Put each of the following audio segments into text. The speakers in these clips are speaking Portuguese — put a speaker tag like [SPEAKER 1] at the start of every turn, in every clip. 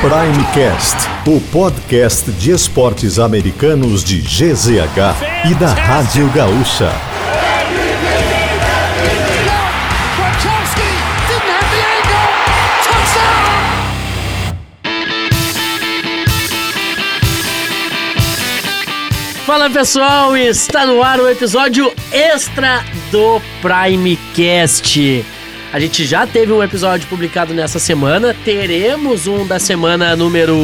[SPEAKER 1] Primecast, o podcast de esportes americanos de GZH e da Rádio Gaúcha.
[SPEAKER 2] Gronkowski didn't have the angle. Touchdown!
[SPEAKER 3] Fala pessoal, está no ar o episódio extra do Primecast. A gente já teve um episódio publicado nessa semana, teremos um da semana número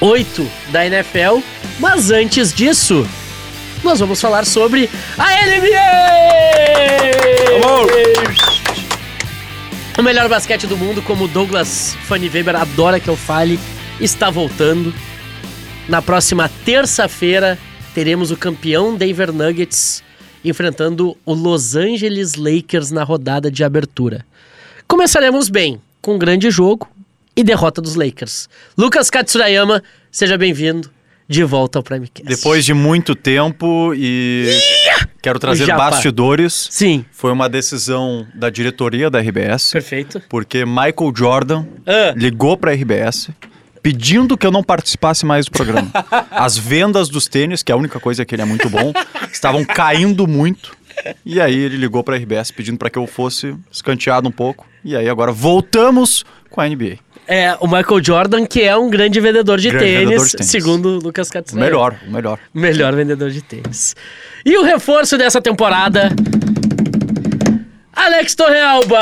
[SPEAKER 3] 8 da NFL, mas antes disso, nós vamos falar sobre a NBA! O melhor basquete do mundo, como o Douglas Fanny Weber adora que eu fale, está voltando. Na próxima terça-feira, teremos o campeão Denver Nuggets enfrentando o Los Angeles Lakers na rodada de abertura. Começaremos bem, com um grande jogo e derrota dos Lakers. Lucas Katsurayama, seja bem-vindo de volta ao Primecast.
[SPEAKER 4] Depois de muito tempo e quero trazer
[SPEAKER 3] Japa.
[SPEAKER 4] bastidores.
[SPEAKER 3] Sim.
[SPEAKER 4] Foi uma decisão da diretoria da RBS,
[SPEAKER 3] Perfeito.
[SPEAKER 4] porque Michael Jordan
[SPEAKER 3] Ah.
[SPEAKER 4] ligou para a RBS pedindo que eu não participasse mais do programa. As vendas dos tênis, que é a única coisa que ele é muito bom, estavam caindo muito. E aí ele ligou para a RBS pedindo para que eu fosse escanteado um pouco. E aí agora voltamos com a NBA.
[SPEAKER 3] É, o Michael Jordan, que é um grande vendedor de,
[SPEAKER 4] Grande
[SPEAKER 3] tênis,
[SPEAKER 4] vendedor de tênis.
[SPEAKER 3] segundo o Lucas
[SPEAKER 4] O
[SPEAKER 3] Katsurayama.
[SPEAKER 4] melhor, o melhor.
[SPEAKER 3] Melhor vendedor de tênis. E o reforço dessa temporada. Alex Torrealba!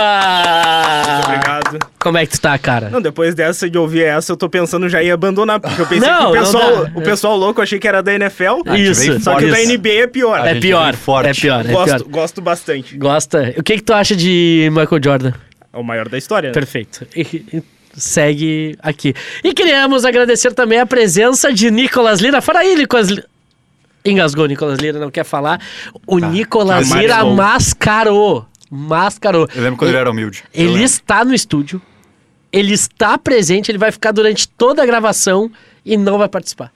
[SPEAKER 5] Obrigado.
[SPEAKER 3] Como é que tu tá, cara?
[SPEAKER 5] Não, depois dessa de ouvir essa, eu tô pensando já em abandonar, porque eu pensei
[SPEAKER 3] Não,
[SPEAKER 5] que
[SPEAKER 3] não
[SPEAKER 5] o pessoal,
[SPEAKER 3] dá.
[SPEAKER 5] o pessoal louco eu achei que era da NFL.
[SPEAKER 3] isso,
[SPEAKER 5] Só que o da
[SPEAKER 3] isso.
[SPEAKER 5] NBA é pior.
[SPEAKER 3] É
[SPEAKER 4] gente
[SPEAKER 3] pior,
[SPEAKER 4] é bem forte.
[SPEAKER 3] é pior, é
[SPEAKER 5] gosto,
[SPEAKER 3] pior.
[SPEAKER 5] gosto bastante.
[SPEAKER 3] Gosta. O que que tu acha de Michael Jordan?
[SPEAKER 5] É o maior da história. né?
[SPEAKER 3] Perfeito. E- e segue aqui. E queríamos agradecer também a presença de Nicolas Lira. Fala aí, Nicolas Lira. Engasgou, Nicolas Lira não quer falar. O Nicolas
[SPEAKER 4] Mas
[SPEAKER 3] Lira
[SPEAKER 4] Tá. bom.
[SPEAKER 3] mascarou. Mascarou.
[SPEAKER 4] Eu lembro quando ele era humilde. Eu
[SPEAKER 3] Ele
[SPEAKER 4] lembro.
[SPEAKER 3] está no estúdio, ele está presente, ele vai ficar durante toda a gravação e não vai participar.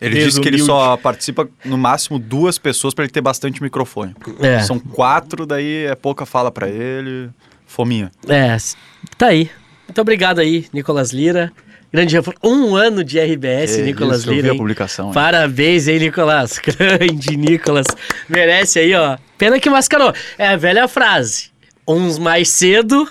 [SPEAKER 4] Ele disse que ele só participa no máximo duas pessoas pra ele ter bastante microfone.
[SPEAKER 3] É.
[SPEAKER 4] São quatro, daí é pouca fala pra ele. Fominha.
[SPEAKER 3] É, s- tá aí. Muito obrigado aí, Nicolas Lira. Grande refor- Um ano de RBS,
[SPEAKER 4] Que
[SPEAKER 3] Nicolas
[SPEAKER 4] É, isso, eu
[SPEAKER 3] Lira.
[SPEAKER 4] vi a
[SPEAKER 3] hein?
[SPEAKER 4] publicação, hein?
[SPEAKER 3] Parabéns, hein, Nicolas? Grande, Nicolas. Merece aí, ó. Pena que mascarou. É a velha frase. Uns mais cedo,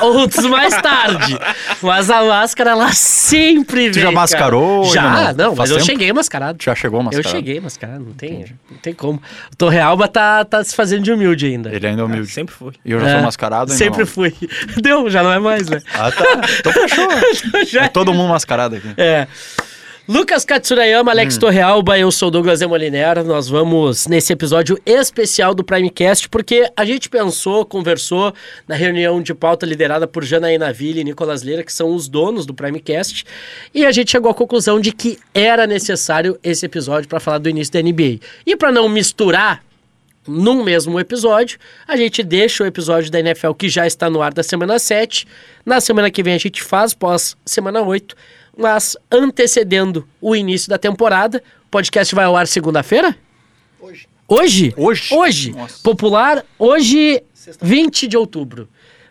[SPEAKER 3] outros mais tarde. Mas a máscara, ela sempre vem.
[SPEAKER 4] já
[SPEAKER 3] cara.
[SPEAKER 4] mascarou ou
[SPEAKER 3] Já,
[SPEAKER 4] ainda
[SPEAKER 3] não,
[SPEAKER 4] não?
[SPEAKER 3] mas
[SPEAKER 4] Faz
[SPEAKER 3] eu
[SPEAKER 4] tempo?
[SPEAKER 3] cheguei mascarado.
[SPEAKER 4] Já chegou mas
[SPEAKER 3] Eu cheguei mascarado, não tem, não tem como. O Torrealba tá, tá se fazendo de humilde ainda.
[SPEAKER 4] Ele ainda é humilde.
[SPEAKER 5] Sempre foi.
[SPEAKER 4] E eu já sou
[SPEAKER 3] É,
[SPEAKER 4] mascarado ainda
[SPEAKER 3] Sempre
[SPEAKER 4] não.
[SPEAKER 3] fui. Deu, já não é mais, né?
[SPEAKER 4] Ah, tá. Então fechou.
[SPEAKER 3] Já
[SPEAKER 4] É todo mundo mascarado aqui.
[SPEAKER 3] É. Lucas Katsurayama,
[SPEAKER 4] Hum.
[SPEAKER 3] Alex Torrealba, eu sou Douglas Emoliner. Nós vamos nesse episódio especial do Primecast, porque a gente pensou, conversou na reunião de pauta liderada por Janaína Ville e Nicolas Leira, que são os donos do Primecast, e a gente chegou à conclusão de que era necessário esse episódio para falar do início da NBA. E para não misturar num mesmo episódio. A gente deixa o episódio da NFL que já está no ar da semana 7. Na semana que vem a gente faz pós semana 8, mas antecedendo o início da temporada. O podcast vai ao ar segunda-feira? Hoje. Hoje?
[SPEAKER 4] Hoje?
[SPEAKER 3] Hoje.
[SPEAKER 4] Nossa.
[SPEAKER 3] Popular, hoje, 20 de outubro.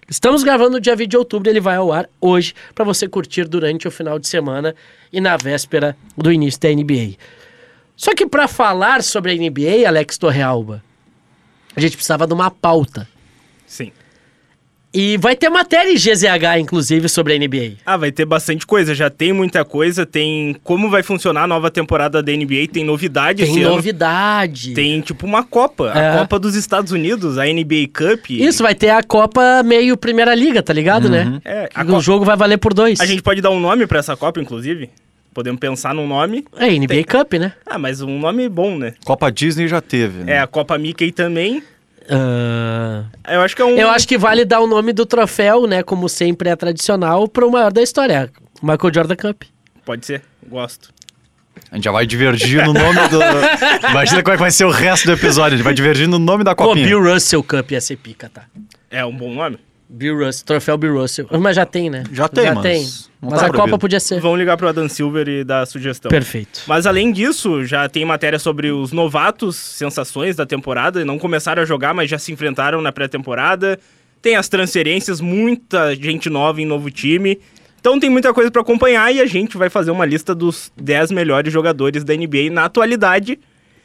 [SPEAKER 3] Estamos gravando no dia 20 de outubro, ele vai ao ar hoje para você curtir durante o final de semana e na véspera do início da NBA. Só que para falar sobre a NBA, Alex Torrealba, a gente precisava de uma pauta.
[SPEAKER 5] Sim.
[SPEAKER 3] E vai ter matéria em GZH, inclusive, sobre a NBA.
[SPEAKER 5] Ah, vai ter bastante coisa. Já tem muita coisa. Tem como vai funcionar a nova temporada da NBA. Tem novidade
[SPEAKER 3] Tem
[SPEAKER 5] esse ano.
[SPEAKER 3] novidade.
[SPEAKER 5] Tem tipo uma Copa.
[SPEAKER 3] É.
[SPEAKER 5] A Copa dos Estados Unidos, a NBA Cup.
[SPEAKER 3] Isso, vai ter a Copa meio Primeira Liga, tá ligado, né?
[SPEAKER 5] É, a
[SPEAKER 3] Que o
[SPEAKER 5] Copa-
[SPEAKER 3] jogo vai valer por dois.
[SPEAKER 5] A gente pode dar um nome pra essa Copa, inclusive. Podemos pensar num nome.
[SPEAKER 3] É NBA Cup, né?
[SPEAKER 5] Ah, mas um nome bom, né?
[SPEAKER 4] Copa Disney já teve. né?
[SPEAKER 5] É, a Copa Mickey também.
[SPEAKER 3] Ah,
[SPEAKER 5] Eu acho que é um.
[SPEAKER 3] Eu acho que vale dar o nome do troféu, né? Como sempre é tradicional, pro maior da história. Michael Jordan Cup.
[SPEAKER 5] Pode ser, gosto.
[SPEAKER 4] A gente já vai divergir no nome do. Imagina como é que vai ser o resto do episódio. A gente vai divergir no nome da
[SPEAKER 3] Pô,
[SPEAKER 4] copinha.
[SPEAKER 3] Bill Russell Cup ia ser pica, tá?
[SPEAKER 5] É um bom nome.
[SPEAKER 3] Bill Russell, troféu Bill Russell. Mas já tem, né?
[SPEAKER 4] Já tem,
[SPEAKER 3] já
[SPEAKER 4] mas
[SPEAKER 3] tem.
[SPEAKER 4] não
[SPEAKER 3] Mas
[SPEAKER 4] tá
[SPEAKER 3] a Copa
[SPEAKER 4] proibido.
[SPEAKER 3] podia ser.
[SPEAKER 5] Vamos ligar pro Adam Silver e dar sugestão.
[SPEAKER 3] Perfeito.
[SPEAKER 5] Mas além disso, já tem matéria sobre os novatos, sensações da temporada. Não começaram a jogar, mas já se enfrentaram na pré-temporada. Tem as transferências, muita gente nova em novo time. Então tem muita coisa pra acompanhar e a gente vai fazer uma lista dos 10 melhores jogadores da NBA na atualidade.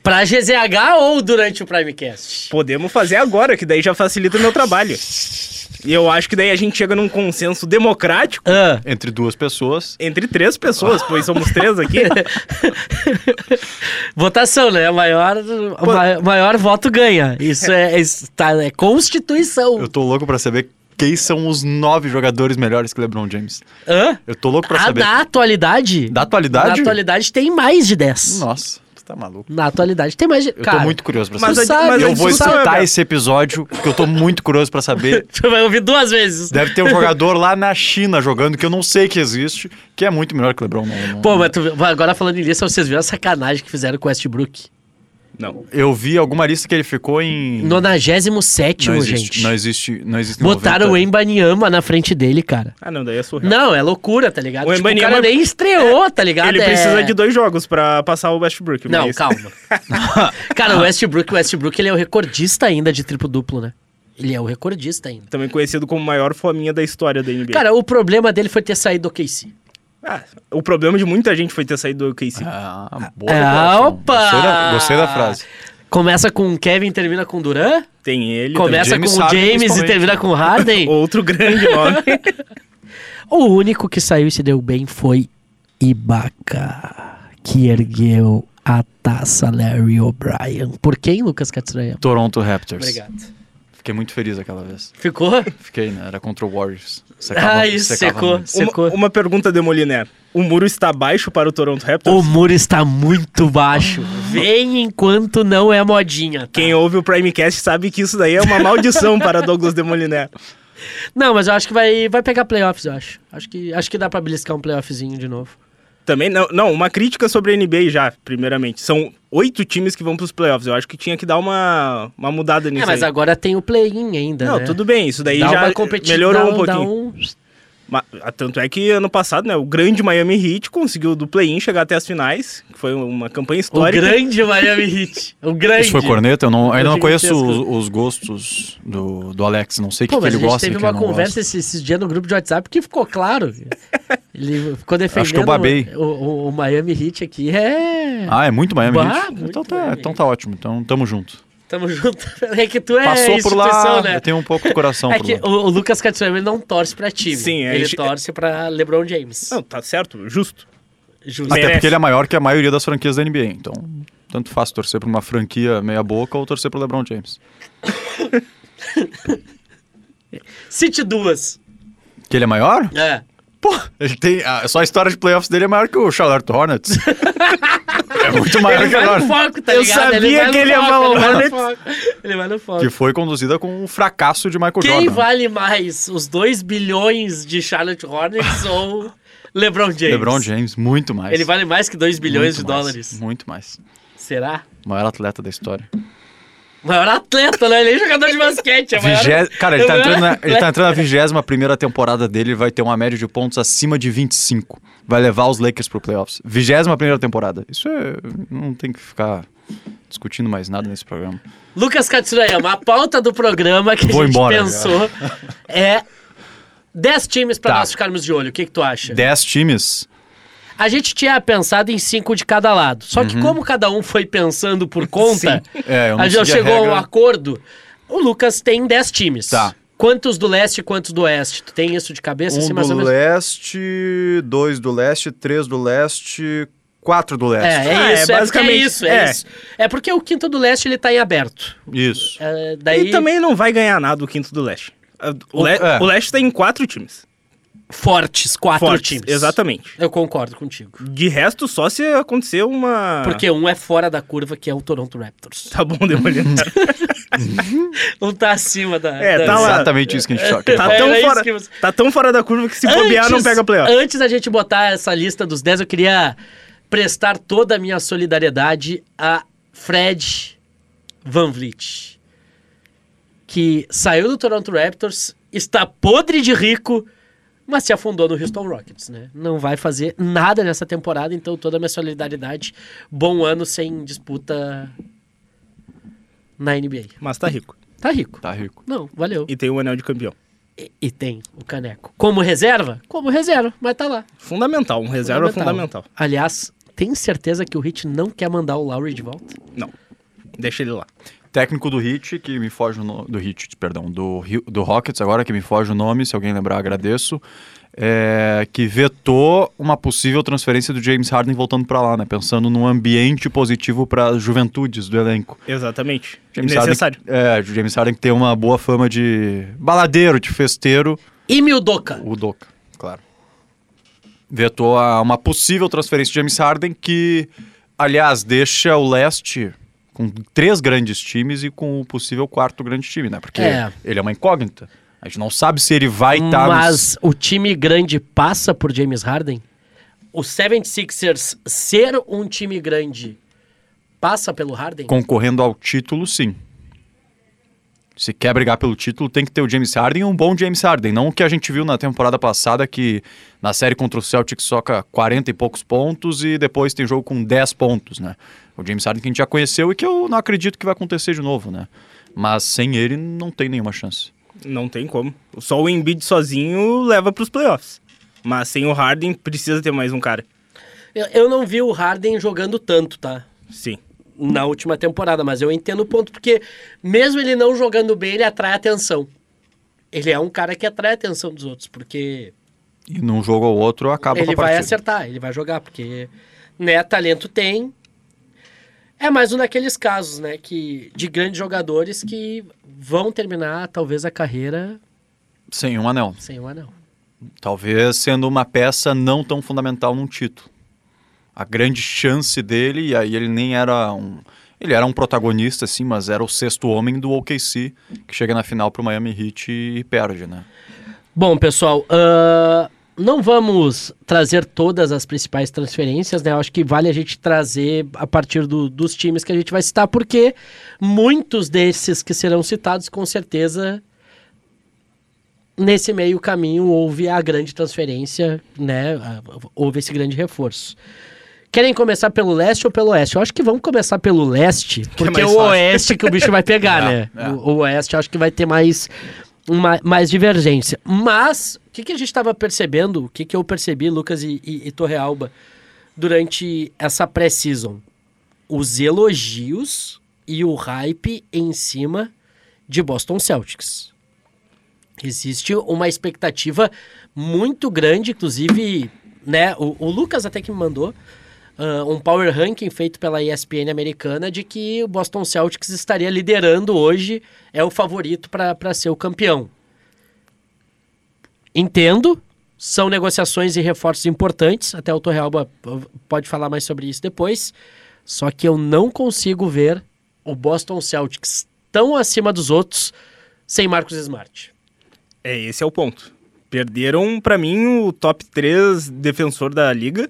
[SPEAKER 3] Pra GZH ou durante o Primecast?
[SPEAKER 5] Podemos fazer agora, que daí já facilita o meu trabalho. E eu acho que daí a gente chega num consenso democrático
[SPEAKER 3] Ah.
[SPEAKER 4] Entre duas pessoas.
[SPEAKER 5] entre três pessoas, pois somos três aqui.
[SPEAKER 3] Votação, né? Maior, ma- maior voto ganha. Isso é, é, isso tá- é Constituição.
[SPEAKER 4] Eu tô louco pra saber quem são os nove jogadores melhores que LeBron James.
[SPEAKER 3] Hã?
[SPEAKER 4] Eu tô louco pra
[SPEAKER 3] Ah,
[SPEAKER 4] saber.
[SPEAKER 3] na atualidade?
[SPEAKER 4] Da
[SPEAKER 3] Na
[SPEAKER 4] atualidade?
[SPEAKER 3] atualidade tem mais de 10.
[SPEAKER 4] Nossa, tu tá maluco.
[SPEAKER 3] Na atualidade tem mais de...
[SPEAKER 4] Eu
[SPEAKER 3] Cara,
[SPEAKER 4] tô muito curioso pra
[SPEAKER 5] mas
[SPEAKER 4] saber.
[SPEAKER 5] a-
[SPEAKER 3] sabe, tá
[SPEAKER 5] mas a
[SPEAKER 4] eu vou
[SPEAKER 3] né,
[SPEAKER 5] discussão é
[SPEAKER 4] escutar
[SPEAKER 5] aberta.
[SPEAKER 4] esse episódio, porque eu tô muito curioso pra saber.
[SPEAKER 3] Tu vai ouvir duas vezes.
[SPEAKER 4] Deve ter um jogador lá na China jogando que eu não sei que existe, que é muito melhor que o LeBron. Não, não-
[SPEAKER 3] Pô, mas tu, viu- agora falando nisso, vocês viram a sacanagem que fizeram com o Westbrook?
[SPEAKER 5] Não.
[SPEAKER 4] Eu vi alguma lista que ele ficou em.
[SPEAKER 3] 97,
[SPEAKER 4] Hum. não existe,
[SPEAKER 3] gente.
[SPEAKER 4] Não existe, não existe.
[SPEAKER 3] Botaram o
[SPEAKER 4] 90.
[SPEAKER 3] Embanyama na frente dele, cara.
[SPEAKER 5] Ah, não, daí é surreal.
[SPEAKER 3] Não, é loucura, tá ligado?
[SPEAKER 5] O
[SPEAKER 3] Tipo, o
[SPEAKER 5] Wembanyama-
[SPEAKER 3] cara nem estreou, tá ligado?
[SPEAKER 5] Ele
[SPEAKER 3] É-
[SPEAKER 5] precisa de dois jogos pra passar o Westbrook.
[SPEAKER 3] Não,
[SPEAKER 5] mas-
[SPEAKER 3] calma. Cara, o Westbrook, o Westbrook, ele é o recordista ainda de triplo duplo, né? Ele é o recordista ainda.
[SPEAKER 5] Também conhecido como o maior fominha da história da NBA.
[SPEAKER 3] Cara, o problema dele foi ter saído do KC.
[SPEAKER 5] Ah, o problema de muita gente foi ter saído do KC.
[SPEAKER 4] Ah, boa.
[SPEAKER 3] Ah,
[SPEAKER 4] Watson.
[SPEAKER 3] opa!
[SPEAKER 4] Gostei da, gostei da frase.
[SPEAKER 3] Começa com o Kevin, termina com o Duran.
[SPEAKER 5] Tem ele,
[SPEAKER 3] Começa
[SPEAKER 4] James
[SPEAKER 3] com o
[SPEAKER 4] Harden,
[SPEAKER 3] James e
[SPEAKER 4] principalmente.
[SPEAKER 3] termina com o Harden.
[SPEAKER 5] também. outro grande nome.
[SPEAKER 3] O único que saiu e se deu bem foi Ibaka, que ergueu a taça Larry O'Brien. Por quem, Lucas Katsuya?
[SPEAKER 4] Toronto Raptors.
[SPEAKER 3] Obrigado.
[SPEAKER 4] Fiquei muito feliz aquela vez.
[SPEAKER 3] Ficou?
[SPEAKER 4] Fiquei, né? Era contra o Warriors.
[SPEAKER 3] Ah, isso,
[SPEAKER 4] secava
[SPEAKER 3] secou.
[SPEAKER 4] muito.
[SPEAKER 3] Secou.
[SPEAKER 5] Uma, uma pergunta de Moliné. O muro está baixo para o Toronto
[SPEAKER 3] O
[SPEAKER 5] Raptors?
[SPEAKER 3] muro está muito baixo. Vem enquanto não é modinha. tá?
[SPEAKER 5] Quem ouve o Primecast sabe que isso daí é uma maldição para Douglas de Moliné.
[SPEAKER 3] Não, mas eu acho que vai, vai pegar playoffs, eu acho. Acho que, acho que dá pra beliscar um playoffzinho de novo.
[SPEAKER 5] Também, não, não, uma crítica sobre a NBA já, primeiramente. São oito times que vão para os playoffs. Eu acho que tinha que dar uma, uma mudada nisso
[SPEAKER 3] É, mas
[SPEAKER 5] aí.
[SPEAKER 3] agora tem o play-in ainda,
[SPEAKER 5] Não,
[SPEAKER 3] né?
[SPEAKER 5] tudo bem, isso daí
[SPEAKER 3] Dá
[SPEAKER 5] já
[SPEAKER 3] uma competi-
[SPEAKER 5] melhorou um
[SPEAKER 3] dá- dá
[SPEAKER 5] pouquinho. Ma- ah, Tanto é que ano passado, né, o grande Miami Heat conseguiu do play-in chegar até as finais, que foi uma campanha
[SPEAKER 3] O
[SPEAKER 5] histórica.
[SPEAKER 3] grande Miami Heat. O grande.
[SPEAKER 4] Isso foi corneta? Eu, não, eu ainda não conheço
[SPEAKER 3] gigantesco.
[SPEAKER 4] os, os gostos do, do Alex. Não sei o que,
[SPEAKER 3] Pô,
[SPEAKER 4] que
[SPEAKER 3] mas a
[SPEAKER 4] ele
[SPEAKER 3] gente
[SPEAKER 4] gosta.
[SPEAKER 3] teve
[SPEAKER 4] que ele
[SPEAKER 3] uma
[SPEAKER 4] não gosta.
[SPEAKER 3] conversa esse- esses dias no grupo de WhatsApp que ficou claro. Ele ficou defendendo
[SPEAKER 4] Acho que eu babei.
[SPEAKER 3] O, o- o Miami Heat aqui. É.
[SPEAKER 4] Ah, é muito Miami
[SPEAKER 3] Bah,
[SPEAKER 4] Heat?
[SPEAKER 3] muito
[SPEAKER 4] então, tá,
[SPEAKER 3] Miami
[SPEAKER 4] então tá ótimo, então tamo junto.
[SPEAKER 3] Tamo junto. É que tu é
[SPEAKER 4] Passou por lá,
[SPEAKER 3] instituição, né?
[SPEAKER 4] eu tenho um pouco do coração
[SPEAKER 3] É
[SPEAKER 4] por
[SPEAKER 3] que
[SPEAKER 4] lá.
[SPEAKER 3] o, o Lucas Katsuema ele não torce pra time.
[SPEAKER 5] Sim, é,
[SPEAKER 3] Ele
[SPEAKER 5] gente-
[SPEAKER 3] torce pra LeBron James.
[SPEAKER 5] Não, tá certo, justo.
[SPEAKER 3] Justo.
[SPEAKER 4] Até
[SPEAKER 5] merece.
[SPEAKER 4] porque ele é maior que a maioria das franquias da NBA, então tanto faz torcer pra uma franquia meia boca ou torcer pro LeBron James.
[SPEAKER 3] Cite duas.
[SPEAKER 4] Que ele é maior?
[SPEAKER 3] É.
[SPEAKER 4] Pô, ele tem, a- só a história de playoffs dele é maior que o Charlotte Hornets. é muito maior
[SPEAKER 3] Ele
[SPEAKER 4] que a
[SPEAKER 3] vai no
[SPEAKER 4] Hornets.
[SPEAKER 3] foco, tá
[SPEAKER 5] Eu
[SPEAKER 3] ligado?
[SPEAKER 5] sabia
[SPEAKER 3] vai
[SPEAKER 5] que
[SPEAKER 3] no
[SPEAKER 5] ele ia
[SPEAKER 3] foco,
[SPEAKER 5] falar o
[SPEAKER 3] ele vai no
[SPEAKER 5] Hornets.
[SPEAKER 3] foco. Ele vai no foco.
[SPEAKER 4] Que foi conduzida com um fracasso de Michael
[SPEAKER 3] Quem
[SPEAKER 4] Jordan.
[SPEAKER 3] vale mais, os 2 bilhões de Charlotte Hornets ou LeBron James?
[SPEAKER 4] LeBron James, muito mais.
[SPEAKER 3] Ele vale mais que 2 bilhões de
[SPEAKER 4] Muito mais,
[SPEAKER 3] dólares.
[SPEAKER 4] Muito mais.
[SPEAKER 3] Será?
[SPEAKER 4] Maior atleta da história.
[SPEAKER 3] Maior atleta, né? Ele é jogador de basquete. É maior...
[SPEAKER 4] Vigé- Cara, ele tá,
[SPEAKER 3] é o
[SPEAKER 4] entrando
[SPEAKER 3] maior
[SPEAKER 4] na, ele tá entrando na 21 primeira temporada dele, vai ter uma média de pontos acima de 25. Vai levar os Lakers pro playoffs. 21 primeira temporada. Isso é... Não tem que ficar discutindo mais nada nesse programa.
[SPEAKER 3] Lucas Katsurayama, a pauta do programa que
[SPEAKER 4] Vou
[SPEAKER 3] a gente
[SPEAKER 4] embora,
[SPEAKER 3] pensou é 10 times pra
[SPEAKER 4] Tá.
[SPEAKER 3] nós ficarmos de olho. O que, que tu acha?
[SPEAKER 4] 10 times.
[SPEAKER 3] A gente tinha pensado em 5 de cada lado. Só que como cada um foi pensando por conta,
[SPEAKER 4] É, eu não
[SPEAKER 3] a gente
[SPEAKER 4] segui a
[SPEAKER 3] chegou a um
[SPEAKER 4] regra.
[SPEAKER 3] acordo. O Lucas tem 10 times.
[SPEAKER 4] Tá. Um
[SPEAKER 3] Quantos do leste e quantos do oeste? Tu tem isso de cabeça? assim, mais ou menos?
[SPEAKER 4] leste, dois do leste, três do leste, quatro do
[SPEAKER 3] É, é
[SPEAKER 5] Ah, é
[SPEAKER 3] isso, é, basicamente, é
[SPEAKER 5] basicamente-
[SPEAKER 3] isso, é,
[SPEAKER 5] é.
[SPEAKER 3] isso. É porque o quinto do leste ele tá em aberto.
[SPEAKER 4] Isso.
[SPEAKER 3] É, daí
[SPEAKER 5] E também não vai ganhar nada o quinto do Leste. Ah, O,
[SPEAKER 4] O-
[SPEAKER 5] Le-
[SPEAKER 4] é.
[SPEAKER 5] o Leste tem quatro times.
[SPEAKER 3] fortes, quatro
[SPEAKER 5] fortes,
[SPEAKER 3] times.
[SPEAKER 5] Exatamente.
[SPEAKER 3] Eu concordo contigo.
[SPEAKER 5] De resto, só se acontecer uma.
[SPEAKER 3] Porque um é fora da curva, que é o Toronto Raptors.
[SPEAKER 5] Tá bom, Demolino.
[SPEAKER 3] Um tá acima da.
[SPEAKER 5] É,
[SPEAKER 3] da...
[SPEAKER 5] tá lá.
[SPEAKER 4] Exatamente isso que a gente toca.
[SPEAKER 5] tá,
[SPEAKER 3] Era
[SPEAKER 5] tão
[SPEAKER 3] isso
[SPEAKER 5] fora,
[SPEAKER 3] que você-
[SPEAKER 5] tá tão fora da curva que se bobear não pega playoff.
[SPEAKER 3] Antes da gente botar essa lista dos 10, eu queria prestar toda a minha solidariedade a Fred Van Vliet, que saiu do Toronto Raptors, está podre de rico, mas se afundou no Houston Rockets, né? Não vai fazer nada nessa temporada, então toda a minha solidariedade. Bom ano sem disputa na NBA.
[SPEAKER 5] Mas tá rico.
[SPEAKER 3] Tá rico.
[SPEAKER 4] Tá rico.
[SPEAKER 3] Não, valeu.
[SPEAKER 5] E tem um anel de campeão.
[SPEAKER 3] E, e tem o Caneco. Como reserva? Como reserva, mas tá lá.
[SPEAKER 5] Fundamental, um reserva fundamental.
[SPEAKER 3] Aliás, tem certeza que o Hit não quer mandar o Lowry de volta?
[SPEAKER 5] Não, deixa ele lá.
[SPEAKER 4] Técnico do Hit, que me foge o no... do Hit, perdão, do, Rio- do Rockets agora, que me foge o nome, se alguém lembrar, agradeço. É, que vetou uma possível transferência do James Harden voltando pra lá, né? Pensando num ambiente positivo para as juventudes do elenco.
[SPEAKER 5] Exatamente.
[SPEAKER 4] James
[SPEAKER 5] Necessário.
[SPEAKER 4] Harden, é, o James Harden que tem uma boa fama de baladeiro, de festeiro,
[SPEAKER 3] E Mildoca?
[SPEAKER 4] o Doca, claro. Vetou a- uma possível transferência de James Harden que, aliás, deixa o leste com três grandes times e com o possível quarto grande time, né? Porque
[SPEAKER 3] É.
[SPEAKER 4] ele é uma incógnita. A gente não sabe se ele vai tá estar
[SPEAKER 3] Mas o time grande passa por James Harden? O 76ers ser um time grande passa pelo Harden?
[SPEAKER 4] concorrendo ao título, sim. Se quer brigar pelo título, tem que ter o James Harden e um bom James Harden. Não o que a gente viu na temporada passada, que na série contra o Celtic soca 40 e poucos pontos e depois tem jogo com 10 pontos, né? O James Harden que a gente já conheceu e que eu não acredito que vai acontecer de novo, né? Mas sem ele, não tem nenhuma chance.
[SPEAKER 5] Não tem como. Só o Embiid sozinho leva pros playoffs. Mas sem o Harden, precisa ter mais um cara.
[SPEAKER 3] Eu, eu não vi o Harden jogando tanto, tá?
[SPEAKER 5] Sim.
[SPEAKER 3] Na última temporada, mas eu entendo o ponto, porque mesmo ele não jogando bem, ele atrai atenção. Ele é um cara que atrai a atenção dos outros, porque
[SPEAKER 4] E num jogo ou outro, acaba com
[SPEAKER 3] ele
[SPEAKER 4] a
[SPEAKER 3] vai
[SPEAKER 4] partida.
[SPEAKER 3] acertar, ele vai jogar, porque né, talento tem. É mais um daqueles casos, né, que de grandes jogadores que vão terminar talvez a carreira
[SPEAKER 4] Sem um anel.
[SPEAKER 3] sem um anel.
[SPEAKER 4] Talvez sendo uma peça não tão fundamental num título. A grande chance dele, e aí ele nem era um. Ele era um protagonista, sim, mas era o sexto homem do OKC, que chega na final pro Miami Heat e perde, né?
[SPEAKER 3] Bom, pessoal, ahn, não vamos trazer todas as principais transferências, né? Eu acho que vale a gente trazer a partir do- dos times que a gente vai citar, porque muitos desses que serão citados, com certeza, nesse meio caminho houve a grande transferência, né? Ah, Houve esse grande reforço. Querem começar pelo leste ou pelo oeste? Eu acho que vamos começar pelo leste, porque
[SPEAKER 5] é mais
[SPEAKER 3] o
[SPEAKER 5] fácil.
[SPEAKER 3] oeste que o bicho vai pegar, né?
[SPEAKER 4] é.
[SPEAKER 3] O, o oeste eu acho que vai ter mais, ma- mais divergência. Mas, o que, que a gente estava percebendo, o que, que eu percebi, Lucas e, e, e Torrealba, durante essa pré-season? Os elogios e o hype em cima de Boston Celtics. Existe uma expectativa muito grande, inclusive, né? O, o Lucas até que me mandou ah, um power ranking feito pela ESPN americana de que o Boston Celtics estaria liderando hoje, é o favorito para ser o campeão. Entendo, são negociações e reforços importantes, até o Torrealba p- pode falar mais sobre isso depois, só que eu não consigo ver o Boston Celtics tão acima dos outros sem Marcos Smart.
[SPEAKER 5] É, esse é o ponto. Perderam, pra mim, o top 3 defensor da liga.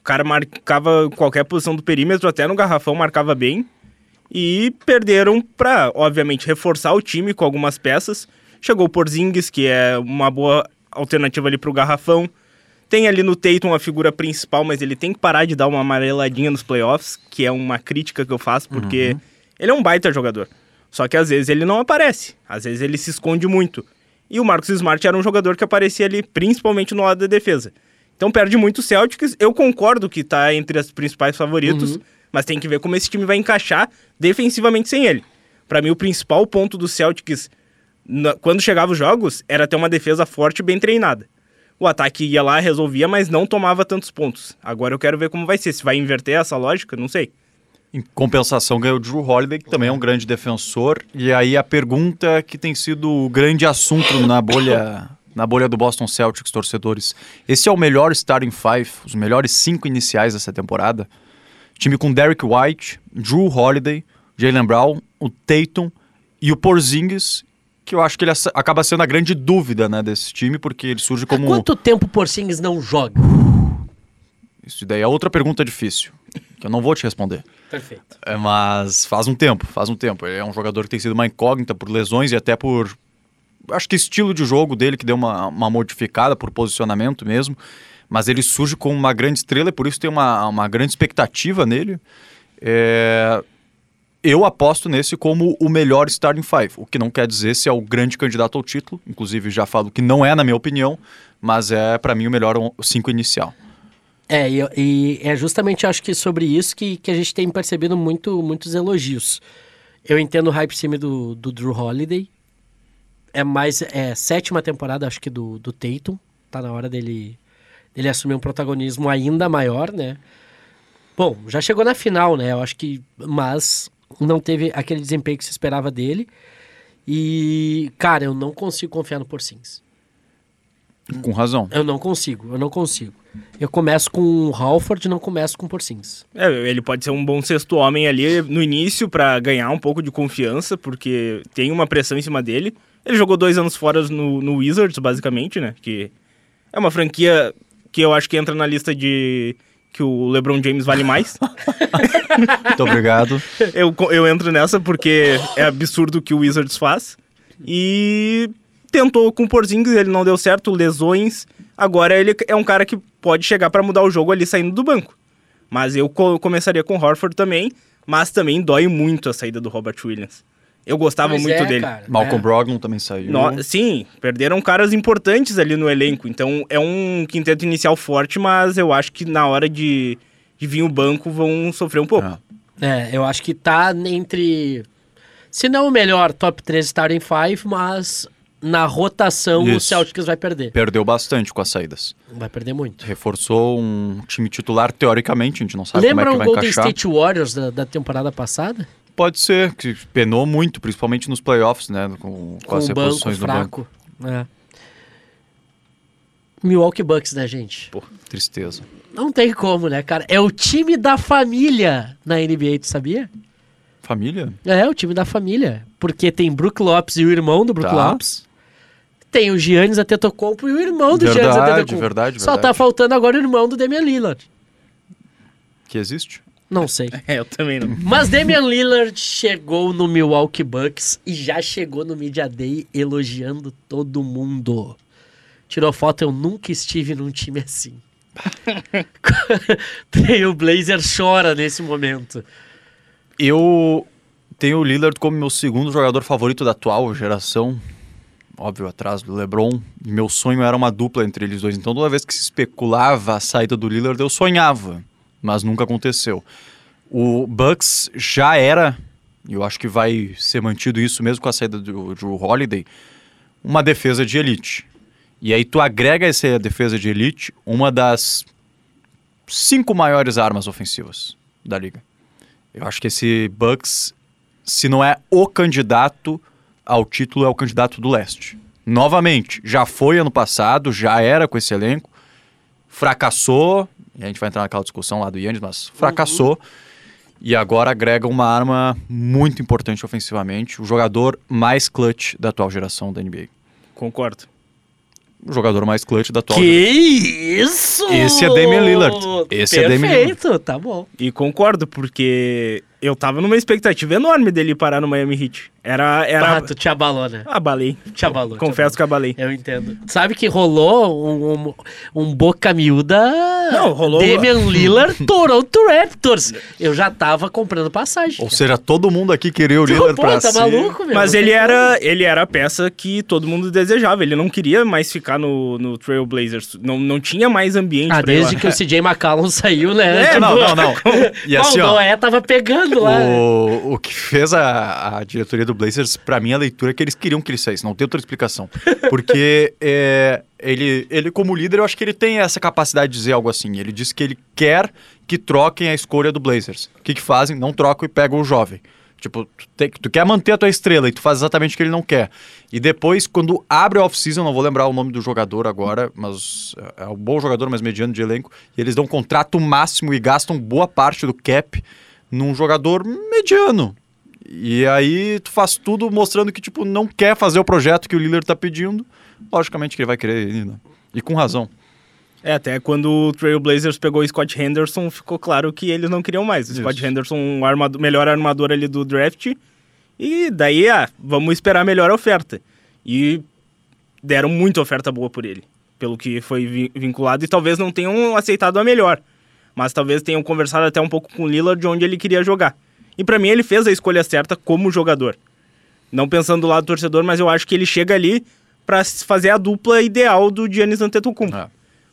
[SPEAKER 5] O cara marcava qualquer posição do perímetro, até no garrafão marcava bem. E perderam pra, obviamente, reforçar o time com algumas peças. Chegou o Porzingis, que é uma boa alternativa ali pro garrafão. Tem ali no Tatum a figura principal, mas ele tem que parar de dar uma amareladinha nos playoffs, que é uma crítica que eu faço, porque ele é um baita jogador. Só que às vezes ele não aparece, às vezes ele se esconde muito. E o Marcos Smart era um jogador que aparecia ali, principalmente no lado da defesa. Então perde muito o Celtics. Eu concordo que tá entre os principais favoritos, mas tem que ver como esse time vai encaixar defensivamente sem ele. Pra mim, o principal ponto do Celtics na- quando chegava os jogos era ter uma defesa forte e bem treinada. O ataque ia lá, resolvia, mas não tomava tantos pontos. Agora eu quero ver como vai ser. Se vai inverter essa lógica, não sei.
[SPEAKER 4] Em compensação, ganhou o Drew Holiday, que também é um grande defensor. E aí a pergunta que tem sido o grande assunto na bolha, na bolha do Boston Celtics, torcedores. Esse é o melhor starting five, os melhores cinco iniciais dessa temporada? Time com Derek White, Drew Holiday, Jalen Brown, o Tatum e o Porzingis, que eu acho que ele aça- acaba sendo a grande dúvida né, desse time, porque ele surge como...
[SPEAKER 3] Há quanto tempo o Porzingis não joga?
[SPEAKER 4] Isso daí é outra pergunta difícil, que eu não vou te responder.
[SPEAKER 3] Perfeito.
[SPEAKER 4] É, mas faz um tempo, faz um tempo. Ele é um jogador que tem sido uma incógnita por lesões e até por. Acho que estilo de jogo dele que deu uma, uma modificada por posicionamento mesmo. Mas ele surge como uma grande estrela e por isso tem uma, uma grande expectativa nele. É, eu aposto nesse como o melhor starting five, o que não quer dizer se é o grande candidato ao título, inclusive já falo que não é na minha opinião, mas é para mim o melhor on- cinco inicial.
[SPEAKER 3] É, e, e é justamente acho que sobre isso que, que a gente tem percebido muito, muitos elogios. Eu entendo o hype em cima do, do Drew Holiday. É mais é sétima temporada, acho que, do, do Tatum. Tá na hora dele, dele assumir um protagonismo ainda maior, né? Bom, já chegou na final, né? Eu acho que. Mas não teve aquele desempenho que se esperava dele. E, cara, eu não consigo confiar no Porzingis.
[SPEAKER 4] Com razão.
[SPEAKER 3] Eu não consigo, eu não consigo. Eu começo com o Halford, não começo com o Porzingis.
[SPEAKER 5] É, ele pode ser um bom sexto homem ali no início pra ganhar um pouco de confiança, porque tem uma pressão em cima dele. Ele jogou dois anos fora no, no Wizards, basicamente, né? Que é uma franquia que eu acho que entra na lista de que o LeBron James vale mais.
[SPEAKER 4] Muito obrigado.
[SPEAKER 5] eu, co- eu entro nessa porque é absurdo o que o Wizards faz. E tentou com o Porzingis, ele não deu certo, lesões. Agora ele é um cara que pode chegar pra mudar o jogo ali saindo do banco. Mas eu co- começaria com o Horford também, mas também dói muito a saída do Robert Williams. Eu gostava
[SPEAKER 3] Pois
[SPEAKER 5] muito
[SPEAKER 3] é,
[SPEAKER 5] dele.
[SPEAKER 3] cara,
[SPEAKER 4] Malcolm
[SPEAKER 3] é.
[SPEAKER 4] Brogdon também saiu.
[SPEAKER 5] No- sim, perderam caras importantes ali no elenco. Então é um quinteto inicial forte, mas eu acho que na hora de, de vir o banco vão sofrer um pouco.
[SPEAKER 4] Ah.
[SPEAKER 3] É, eu acho que tá entre. Se não o melhor top 3 starting 5, mas na rotação o
[SPEAKER 4] Isso.
[SPEAKER 3] Celtics vai perder.
[SPEAKER 4] Perdeu bastante com as saídas.
[SPEAKER 3] Vai perder muito.
[SPEAKER 4] Reforçou um time titular, teoricamente, a gente não sabe
[SPEAKER 3] Lembra o
[SPEAKER 4] como é que vai
[SPEAKER 3] Golden
[SPEAKER 4] encaixar.
[SPEAKER 3] State Warriors da, da temporada passada?
[SPEAKER 4] Pode ser, que penou muito, principalmente nos playoffs, né? Com, com
[SPEAKER 3] Com
[SPEAKER 4] as
[SPEAKER 3] o banco
[SPEAKER 4] reposições do banco.
[SPEAKER 3] fraco. É. Milwaukee Bucks, né, gente?
[SPEAKER 4] Pô, tristeza.
[SPEAKER 3] Não tem como, né, cara? É o time da família na NBA, tu sabia?
[SPEAKER 4] Família?
[SPEAKER 3] É, o time da família. Porque tem Brook Lopes e o irmão do Brook
[SPEAKER 4] Tá.
[SPEAKER 3] Lopes. Tem o Giannis Antetokounmpo e o irmão do Giannis
[SPEAKER 4] Verdade,
[SPEAKER 3] Antetokounmpo.
[SPEAKER 4] verdade,
[SPEAKER 3] Só
[SPEAKER 4] verdade.
[SPEAKER 3] tá faltando agora o irmão do Damian Lillard.
[SPEAKER 4] Que existe?
[SPEAKER 3] Não sei.
[SPEAKER 5] É, eu também não.
[SPEAKER 3] Mas Damian Lillard chegou no Milwaukee Bucks e já chegou no Media Day elogiando todo mundo. Tirou foto, eu nunca estive num time assim. Tem o Blazer chora nesse momento.
[SPEAKER 4] Eu tenho o Lillard como meu segundo jogador favorito da atual geração. Óbvio, atrás do LeBron. E meu sonho era uma dupla entre eles dois. Então, toda vez que se especulava a saída do Lillard, eu sonhava. Mas nunca aconteceu. O Bucks já era, e eu acho que vai ser mantido isso mesmo com a saída do, do Holiday, uma defesa de elite. E aí tu agrega essa defesa de elite, uma das cinco maiores armas ofensivas da liga. Eu acho que esse Bucks, se não é o candidato ao título, é o candidato do leste. Novamente, já foi ano passado, já era com esse elenco, fracassou, e a gente vai entrar naquela discussão lá do Yannis, mas
[SPEAKER 3] Uhum.
[SPEAKER 4] fracassou, e agora agrega uma arma muito importante ofensivamente, o jogador mais clutch da atual geração da NBA.
[SPEAKER 5] Concordo.
[SPEAKER 4] O jogador mais clutch da atual
[SPEAKER 3] Que isso!
[SPEAKER 4] Esse é Damian Lillard. Esse é Damian Lillard.
[SPEAKER 3] Perfeito, tá bom.
[SPEAKER 5] E concordo, porque eu tava numa expectativa enorme dele parar no Miami Heat. Era. era...
[SPEAKER 3] Ah, tu te abalou, né?
[SPEAKER 5] Abalei.
[SPEAKER 3] Te abalou. te
[SPEAKER 5] Confesso que abalei.
[SPEAKER 3] abalou. Eu entendo. Sabe que rolou um, um, um boca miúda.
[SPEAKER 5] Não, rolou-
[SPEAKER 3] Damian Lillard, Toronto Raptors. Eu já tava comprando passagem.
[SPEAKER 4] Ou
[SPEAKER 3] cara.
[SPEAKER 4] seja, todo mundo aqui queria o Lillard
[SPEAKER 3] Pô,
[SPEAKER 4] pra
[SPEAKER 3] tá
[SPEAKER 4] si.
[SPEAKER 3] maluco, meu?
[SPEAKER 5] Mas
[SPEAKER 3] Não
[SPEAKER 5] ele
[SPEAKER 3] tem
[SPEAKER 5] era, ele era a peça que todo mundo desejava. Ele não queria mais ficar no, no Trail Blazers. Não, não tinha mais ambiente
[SPEAKER 3] como. Ah,
[SPEAKER 5] pra ele
[SPEAKER 3] desde
[SPEAKER 5] lá.
[SPEAKER 3] que o CJ McCallum saiu, né?
[SPEAKER 4] É, não, não, não. E
[SPEAKER 3] Bom,
[SPEAKER 4] assim,
[SPEAKER 3] o
[SPEAKER 4] ó,
[SPEAKER 3] Noé tava pegando lá.
[SPEAKER 4] O, o que fez a, a diretoria do Blazers, pra mim, a leitura é que eles queriam que ele saísse, não tem outra explicação. Porque é, ele, ele, como líder, eu acho que ele tem essa capacidade de dizer algo assim. Ele disse que ele quer que troquem a escolha do Blazers. O que, que fazem? Não trocam e pegam o jovem. Tipo, tu, tem- tu quer manter a tua estrela e tu faz exatamente o que ele não quer. E depois, quando abre a off-season, não vou lembrar o nome do jogador agora, mas é é um bom jogador, mas mediano de elenco, e eles dão um contrato máximo e gastam boa parte do cap num jogador mediano. E aí tu faz tudo mostrando que, tipo, não quer fazer o projeto que o Lillard tá pedindo. Logicamente que ele vai querer ele, né? E com razão.
[SPEAKER 5] É, até quando o Trail Blazers pegou o Scott Henderson, ficou claro que eles não queriam mais. O Scott
[SPEAKER 4] Isso.
[SPEAKER 5] Henderson, o armado- melhor armador ali do draft. E daí, ah, vamos esperar a melhor oferta. E deram muita oferta boa por ele, pelo que foi vi- vinculado. E talvez não tenham aceitado a melhor, mas talvez tenham conversado até um pouco com o Lillard de onde ele queria jogar. E pra mim ele fez a escolha certa como jogador. Não pensando do lado do torcedor, mas eu acho que ele chega ali pra s- fazer a dupla ideal do Giannis Antetokounmpo.
[SPEAKER 4] É.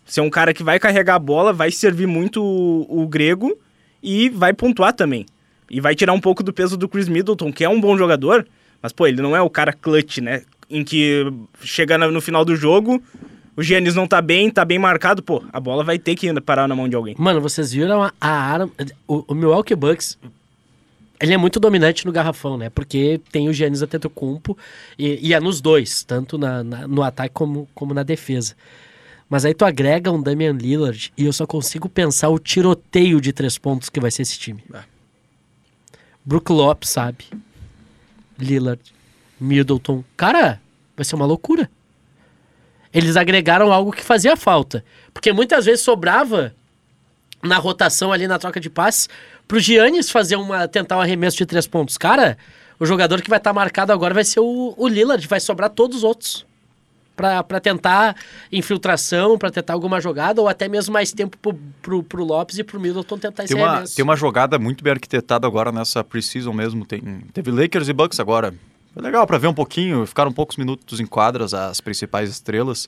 [SPEAKER 5] Ser um cara que vai carregar a bola, vai servir muito o, o grego e vai pontuar também. E vai tirar um pouco do peso do Chris Middleton, que é um bom jogador, mas pô, ele não é o cara clutch, né? Em que chega na- no final do jogo, o Giannis não tá bem, tá bem marcado, pô, a bola vai ter que parar na mão de alguém.
[SPEAKER 3] Mano, vocês viram a, a arma. O, o Milwaukee Bucks. Ele é muito dominante no garrafão, né? Porque tem o Giannis Antetokounmpo e, e é nos dois, tanto na- na- no ataque como, como na defesa. Mas aí tu agrega um Damian Lillard e eu só consigo pensar o tiroteio de três pontos que vai ser esse time. Brook Lopes, sabe? Lillard, Middleton. Cara, vai ser uma loucura. Eles agregaram algo que fazia falta. Porque muitas vezes sobrava na rotação ali na troca de passes pro Giannis fazer uma tentar um arremesso de três pontos. Cara, o jogador que vai estar marcado agora vai ser o, o Lillard, vai sobrar todos os outros. Pra pra tentar infiltração, pra tentar alguma jogada, ou até mesmo mais tempo pro, pro, pro Lopes e pro Middleton tentar esse é
[SPEAKER 4] Tem uma,
[SPEAKER 3] arremesso.
[SPEAKER 4] tem uma jogada muito bem arquitetada agora nessa preseason mesmo. Tem, teve Lakers e Bucks agora. Foi legal pra ver um pouquinho. Ficaram poucos minutos em quadras as principais estrelas.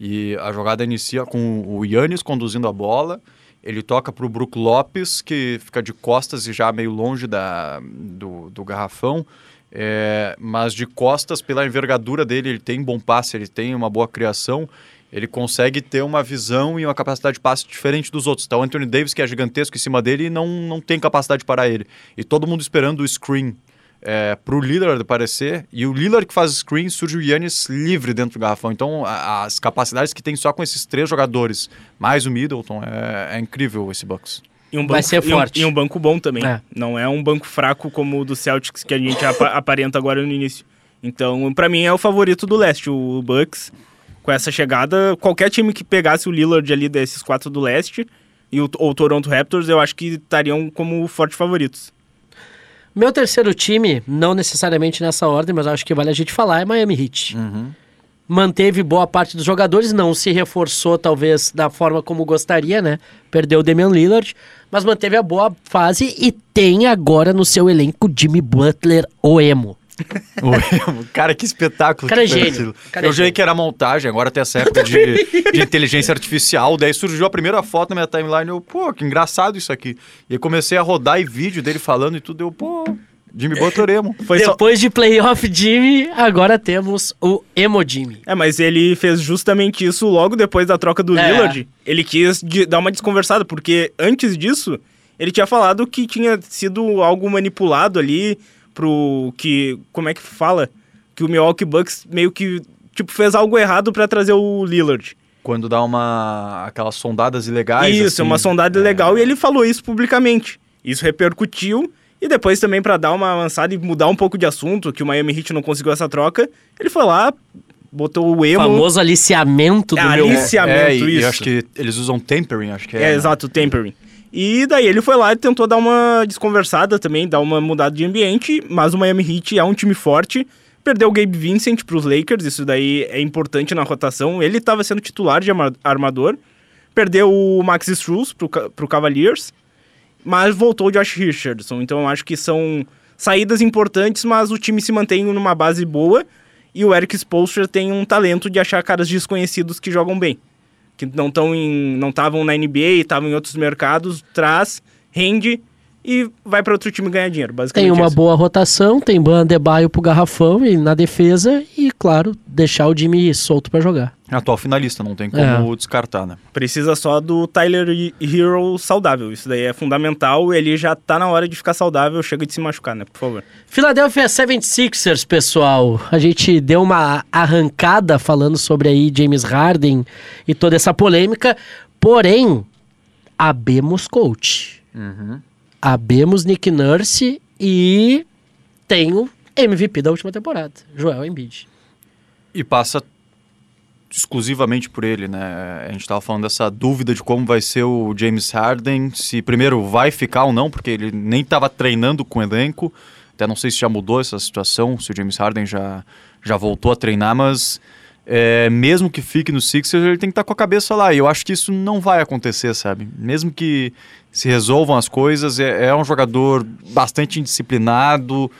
[SPEAKER 4] E a jogada inicia com o Yannis conduzindo a bola. Ele toca pro Brook Lopes, que fica de costas e já meio longe da, do, do garrafão. É, mas de costas, pela envergadura dele, ele tem bom passe, ele tem uma boa criação. Ele consegue ter uma visão e uma capacidade de passe diferente dos outros. Tá o Anthony Davis, que é gigantesco em cima dele, e não, não tem capacidade de parar ele. E todo mundo esperando o screen é, pro Lillard aparecer. E o Lillard que faz o screen, surge o Yannis livre dentro do garrafão. Então, a- as capacidades que tem só com esses três jogadores, mais o Middleton, é, é incrível esse box.
[SPEAKER 5] E um banco,
[SPEAKER 3] Vai ser
[SPEAKER 5] e um-
[SPEAKER 3] forte.
[SPEAKER 5] E um, banco bom também.
[SPEAKER 3] É.
[SPEAKER 5] Não é um banco fraco como o do Celtics que a gente apa- aparenta agora no início. Então, pra mim, é o favorito do leste, o Bucks. Com essa chegada, qualquer time que pegasse o Lillard ali desses quatro do leste e o, ou o Toronto Raptors, eu acho que estariam como fortes favoritos.
[SPEAKER 3] Meu terceiro time, não necessariamente nessa ordem, mas acho que vale a gente falar, é Miami Heat. Manteve boa parte dos jogadores, não se reforçou talvez da forma como gostaria, né? Perdeu o Damian Lillard, mas manteve a boa fase e tem agora no seu elenco Jimmy Butler, o emo.
[SPEAKER 4] O cara, que espetáculo.
[SPEAKER 3] Cara
[SPEAKER 4] que
[SPEAKER 3] é
[SPEAKER 4] foi
[SPEAKER 3] gênio.
[SPEAKER 4] aquilo.
[SPEAKER 3] Cara é
[SPEAKER 4] Eu jurei
[SPEAKER 3] gênio.
[SPEAKER 4] que era montagem, agora tem essa época de, de inteligência artificial. Daí surgiu a primeira foto na minha timeline. Eu, pô, que engraçado isso aqui. E aí comecei a rodar e vídeo dele falando e tudo. Eu, pô, Jimmy Botoremo.
[SPEAKER 5] Foi só-
[SPEAKER 3] Depois de playoff Jimmy, agora temos o emo Jimmy.
[SPEAKER 5] É, mas ele fez justamente isso logo depois da troca do
[SPEAKER 3] É.
[SPEAKER 5] Lillard. Ele quis de- dar uma desconversada, porque antes disso, ele tinha falado que tinha sido algo manipulado ali pro que... Como é que fala? Que o Milwaukee Bucks meio que, tipo, fez algo errado pra trazer o Lillard.
[SPEAKER 4] Quando dá uma. aquelas sondadas ilegais.
[SPEAKER 5] isso, é
[SPEAKER 4] assim.
[SPEAKER 5] uma sondada legal e ele falou isso publicamente. Isso repercutiu e depois também pra dar uma avançada e mudar um pouco de assunto, que o Miami Heat não conseguiu essa troca, ele foi lá, botou o
[SPEAKER 3] O
[SPEAKER 5] emo...
[SPEAKER 3] famoso aliciamento do meu...
[SPEAKER 5] Alicia- aliciamento,
[SPEAKER 4] é, e,
[SPEAKER 5] isso.
[SPEAKER 4] E acho que eles usam tempering, acho que é.
[SPEAKER 5] É,
[SPEAKER 4] né?
[SPEAKER 5] exato, tempering. E daí ele foi lá e tentou dar uma desconversada também, dar uma mudada de ambiente, mas o Miami Heat é um time forte. Perdeu o Gabe Vincent para os Lakers, isso daí é importante na rotação. Ele estava sendo titular de ama- armador. Perdeu o Max Struz para o Cavaliers, mas voltou o Josh Richardson. Então eu acho que são saídas importantes, mas o time se mantém numa base boa. E o Eric Spoelstra tem um talento de achar caras desconhecidos que jogam bem que não estão em não estavam na NBA, estavam em outros mercados, traz, rende e vai para outro time ganhar dinheiro, basicamente.
[SPEAKER 3] Tem uma
[SPEAKER 5] isso.
[SPEAKER 3] boa rotação, tem Bandebaio pro garrafão e na defesa e, claro, deixar o Jimmy solto pra jogar.
[SPEAKER 4] Atual finalista, não tem como
[SPEAKER 3] É.
[SPEAKER 4] descartar, né?
[SPEAKER 5] Precisa só do Tyler He- Hero saudável. Isso daí é fundamental, ele já tá na hora de ficar saudável, chega de se machucar, né, por favor.
[SPEAKER 3] Philadelphia 76ers, pessoal. A gente deu uma arrancada falando sobre aí James Harden e toda essa polêmica, porém, abemos coach. Abemos Nick Nurse e tenho MVP da última temporada, Joel Embiid.
[SPEAKER 4] E passa exclusivamente por ele, né? A gente tava falando dessa dúvida de como vai ser o James Harden, se primeiro vai ficar ou não, porque ele nem tava treinando com o elenco. Até não sei se já mudou essa situação, se o James Harden já, já voltou a treinar, mas é, mesmo que fique no Sixers, ele tem que estar com a cabeça lá. E eu acho que isso não vai acontecer, sabe? Mesmo que se resolvam as coisas, é, é um jogador bastante indisciplinado,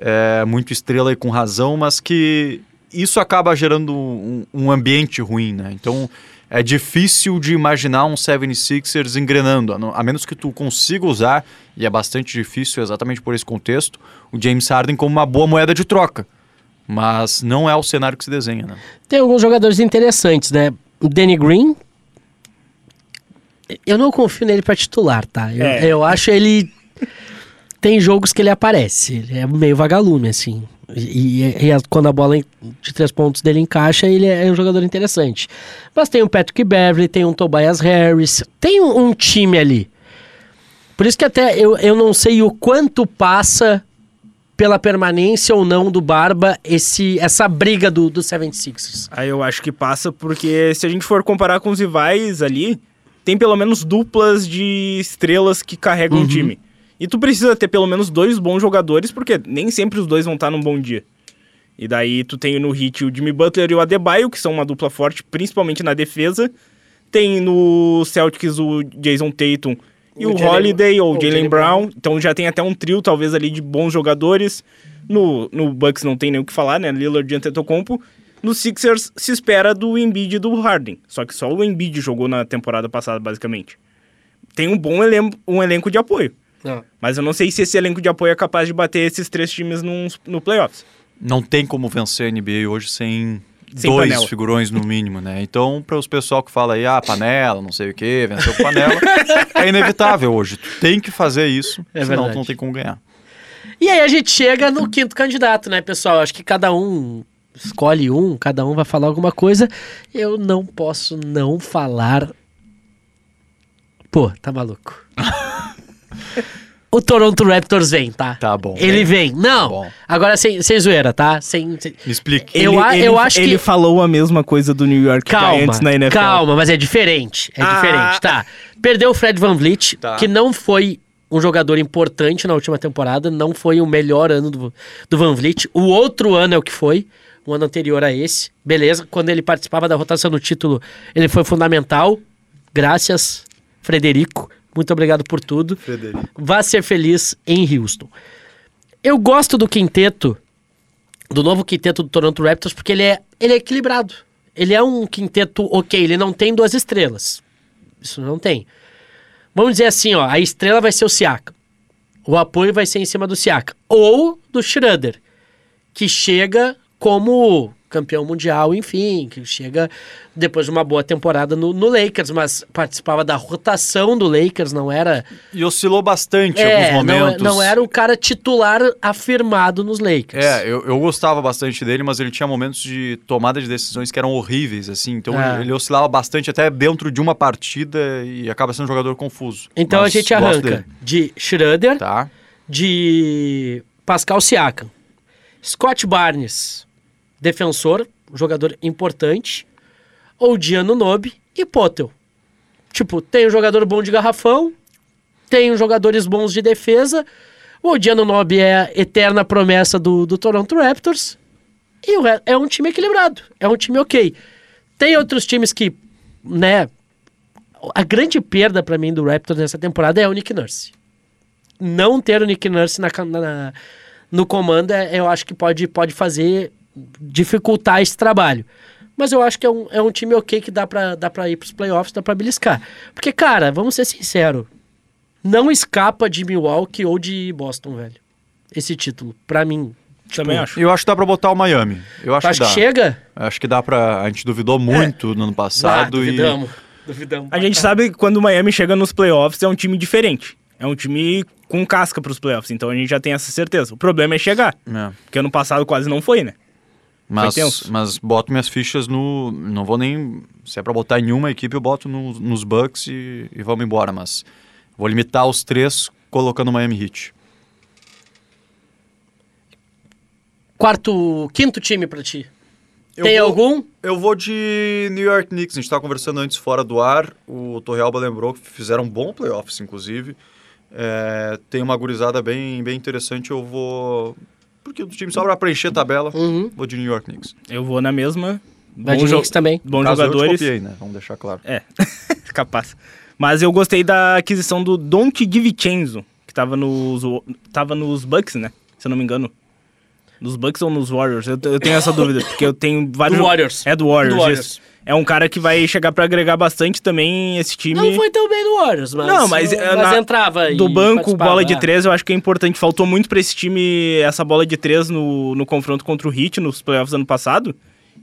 [SPEAKER 4] é, muito estrela e com razão, mas que isso acaba gerando um, um ambiente ruim, né? Então é difícil de imaginar um 76ers engrenando, a, não- a menos que tu consiga usar, e é bastante difícil exatamente por esse contexto, o James Harden como uma boa moeda de troca. Mas não é o cenário que se desenha, né?
[SPEAKER 3] Tem alguns jogadores interessantes, né? O Danny Green. Eu não confio nele pra titular, tá? Eu,
[SPEAKER 5] É.
[SPEAKER 3] eu acho ele. Tem jogos que ele aparece. Ele é meio vagalume, assim. E, e- e a- quando a bola de três pontos dele encaixa, ele é um jogador interessante. Mas tem o Patrick Beverly, tem um Tobias Harris, tem um, um time ali. Por isso que até eu, eu não sei o quanto passa pela permanência ou não do Barba esse, essa briga do, do 76ers.
[SPEAKER 5] Aí eu acho que passa, porque se a gente for comparar com os rivais ali, tem pelo menos duplas de estrelas que carregam o time. E tu precisa ter pelo menos dois bons jogadores, porque nem sempre os dois vão estar num bom dia. E daí tu tem no hit o Jimmy Butler e o Adebayo, que são uma dupla forte, principalmente na defesa. Tem no Celtics o Jason Tatum e
[SPEAKER 3] O
[SPEAKER 5] o,
[SPEAKER 3] Jaylen-
[SPEAKER 5] Holiday ou
[SPEAKER 3] ou
[SPEAKER 5] o
[SPEAKER 3] o
[SPEAKER 5] Jalen
[SPEAKER 3] Jaylen
[SPEAKER 5] Brown. Então já tem até um trio, talvez, ali de bons jogadores. No, no Bucks não tem nem o que falar, né? Lillard e Antetokounmpo. No Sixers se espera do Embiid e do Harden. Só que só o Embiid jogou na temporada passada, basicamente. Tem um bom elenco, um elenco de apoio.
[SPEAKER 4] Ah.
[SPEAKER 5] Mas eu não sei se esse elenco de apoio é capaz de bater esses três times num, no playoffs.
[SPEAKER 4] Não tem como vencer a NBA hoje sem,
[SPEAKER 5] Sem
[SPEAKER 4] dois
[SPEAKER 5] panela.
[SPEAKER 4] figurões no mínimo, né? Então, para os pessoal que fala aí, ah, panela, não sei o quê, venceu com panela, é inevitável hoje. Tu tem que fazer isso,
[SPEAKER 3] É
[SPEAKER 4] senão
[SPEAKER 3] verdade.
[SPEAKER 4] tu não tem como ganhar.
[SPEAKER 3] E aí a gente chega no quinto candidato, né, pessoal? Acho que cada um escolhe um, cada um vai falar alguma coisa. Eu não posso não falar. Pô, tá maluco. o Toronto Raptors vem, tá?
[SPEAKER 4] Tá bom. Tá
[SPEAKER 3] Ele vem. Não.
[SPEAKER 4] bom.
[SPEAKER 3] Agora sem, sem zoeira, tá? Sem, sem-
[SPEAKER 4] Me explique.
[SPEAKER 3] Eu a- eu acho que-
[SPEAKER 5] Ele falou a mesma coisa do New York
[SPEAKER 3] Calma,
[SPEAKER 5] Giants na NFL.
[SPEAKER 3] calma, mas é diferente. É
[SPEAKER 5] Ah.
[SPEAKER 3] diferente, tá. Perdeu o Fred Van Vliet,
[SPEAKER 4] Tá.
[SPEAKER 3] que não foi um jogador importante na última temporada, não foi o melhor ano do, do Van Vliet. O outro ano é o que foi, o ano anterior a esse. Beleza, quando ele participava da rotação do título, ele foi fundamental. Graças, Frederico. Muito obrigado por tudo.
[SPEAKER 4] Frederico.
[SPEAKER 3] Vá ser feliz em Houston. Eu gosto do quinteto do novo quinteto do Toronto Raptors, porque ele é, ele é equilibrado. Ele é um quinteto ok, ele não tem duas estrelas. Isso não tem. Vamos dizer assim, ó, a estrela vai ser o Siaka. O apoio vai ser em cima do Siaka. Ou do Schroeder, que chega como campeão mundial, enfim, que chega depois de uma boa temporada no, no Lakers, mas participava da rotação do Lakers, não era
[SPEAKER 4] E oscilou bastante em
[SPEAKER 3] é,
[SPEAKER 4] alguns
[SPEAKER 3] não-
[SPEAKER 4] momentos.
[SPEAKER 3] Não, era o cara titular afirmado nos Lakers.
[SPEAKER 4] É, eu, eu gostava bastante dele, mas ele tinha momentos de tomada de decisões que eram horríveis, assim. Então
[SPEAKER 3] É.
[SPEAKER 4] ele oscilava bastante até dentro de uma partida e acaba sendo um jogador confuso.
[SPEAKER 3] Então
[SPEAKER 4] Mas
[SPEAKER 3] a gente
[SPEAKER 4] gosto
[SPEAKER 3] arranca
[SPEAKER 4] dele.
[SPEAKER 3] de Schroeder,
[SPEAKER 4] Tá.
[SPEAKER 3] de Pascal Siakam, Scott Barnes, defensor, jogador importante, ou Diano Nobe e Potel. Tipo, tem um jogador bom de garrafão, tem uns jogadores bons de defesa, o Diano Nobe é a eterna promessa do, do Toronto Raptors, e o re- é um time equilibrado, é um time ok. Tem outros times que, né, a grande perda pra mim do Raptors nessa temporada é o Nick Nurse não ter o Nick Nurse na, ca- na- no comando, é- eu acho que pode, pode fazer dificultar esse trabalho. Mas eu acho que é um, é um time ok que dá pra, dá pra ir pros playoffs, dá pra beliscar. Porque, cara, vamos ser sinceros, não escapa de Milwaukee ou de Boston, velho. Esse título, pra mim. Tipo,
[SPEAKER 5] Também acho.
[SPEAKER 4] Eu acho que dá pra botar o Miami. Eu
[SPEAKER 3] Tu acha
[SPEAKER 4] acho, que,
[SPEAKER 3] que,
[SPEAKER 4] dá.
[SPEAKER 3] chega?
[SPEAKER 4] Acho que dá pra. A gente duvidou muito no ano
[SPEAKER 3] É. Ah,
[SPEAKER 4] passado e.
[SPEAKER 3] duvidamos. Duvidamos.
[SPEAKER 5] A gente sabe que quando o Miami chega nos playoffs é um time diferente. É um time com casca pros playoffs, então a gente já tem essa certeza. O problema é chegar,
[SPEAKER 4] É.
[SPEAKER 5] porque ano passado quase não foi, né?
[SPEAKER 4] Mas,
[SPEAKER 5] tenso.
[SPEAKER 4] mas boto minhas fichas no. Não vou nem. Se é pra botar em uma equipe, eu boto no- nos Bucks e, e vamos embora. Mas vou limitar os três colocando o Miami Heat.
[SPEAKER 3] Quarto, quinto time pra ti.
[SPEAKER 4] Eu
[SPEAKER 3] Tem
[SPEAKER 4] vou-
[SPEAKER 3] algum?
[SPEAKER 4] Eu vou de New York Knicks. A gente estava conversando antes fora do ar. O Torrealba lembrou que fizeram um bom playoffs, inclusive. É, tem uma gurizada bem, bem interessante. Eu
[SPEAKER 3] Uhum.
[SPEAKER 4] vou. Porque o time só para preencher a tabela, vou de New York Knicks.
[SPEAKER 5] Eu vou na mesma.
[SPEAKER 3] Bad Knicks
[SPEAKER 5] jo-
[SPEAKER 3] também.
[SPEAKER 5] Bons
[SPEAKER 4] Caso eu te
[SPEAKER 5] jogadores.
[SPEAKER 4] copiei, né? Vamos deixar claro.
[SPEAKER 5] É, capaz. Mas eu gostei da aquisição do Dante DiVincenzo, que tava nos, Wa- tava nos Bucks, né? Se eu não me engano. Nos Bucks ou nos Warriors? Eu, eu tenho essa dúvida, porque eu tenho vários...
[SPEAKER 3] Do Warriors.
[SPEAKER 5] É do Warriors,
[SPEAKER 3] Do Warriors.
[SPEAKER 5] isso. É um cara que vai chegar pra agregar bastante também esse time.
[SPEAKER 3] Não foi tão bem no Warriors, mas,
[SPEAKER 5] Não, mas, eh, na-
[SPEAKER 3] entrava.
[SPEAKER 5] Do
[SPEAKER 3] e
[SPEAKER 5] banco,
[SPEAKER 3] participava,
[SPEAKER 5] bola
[SPEAKER 3] é.
[SPEAKER 5] de três, eu acho que é importante. Faltou muito pra esse time essa bola de três no, no confronto contra o Heat nos playoffs ano passado.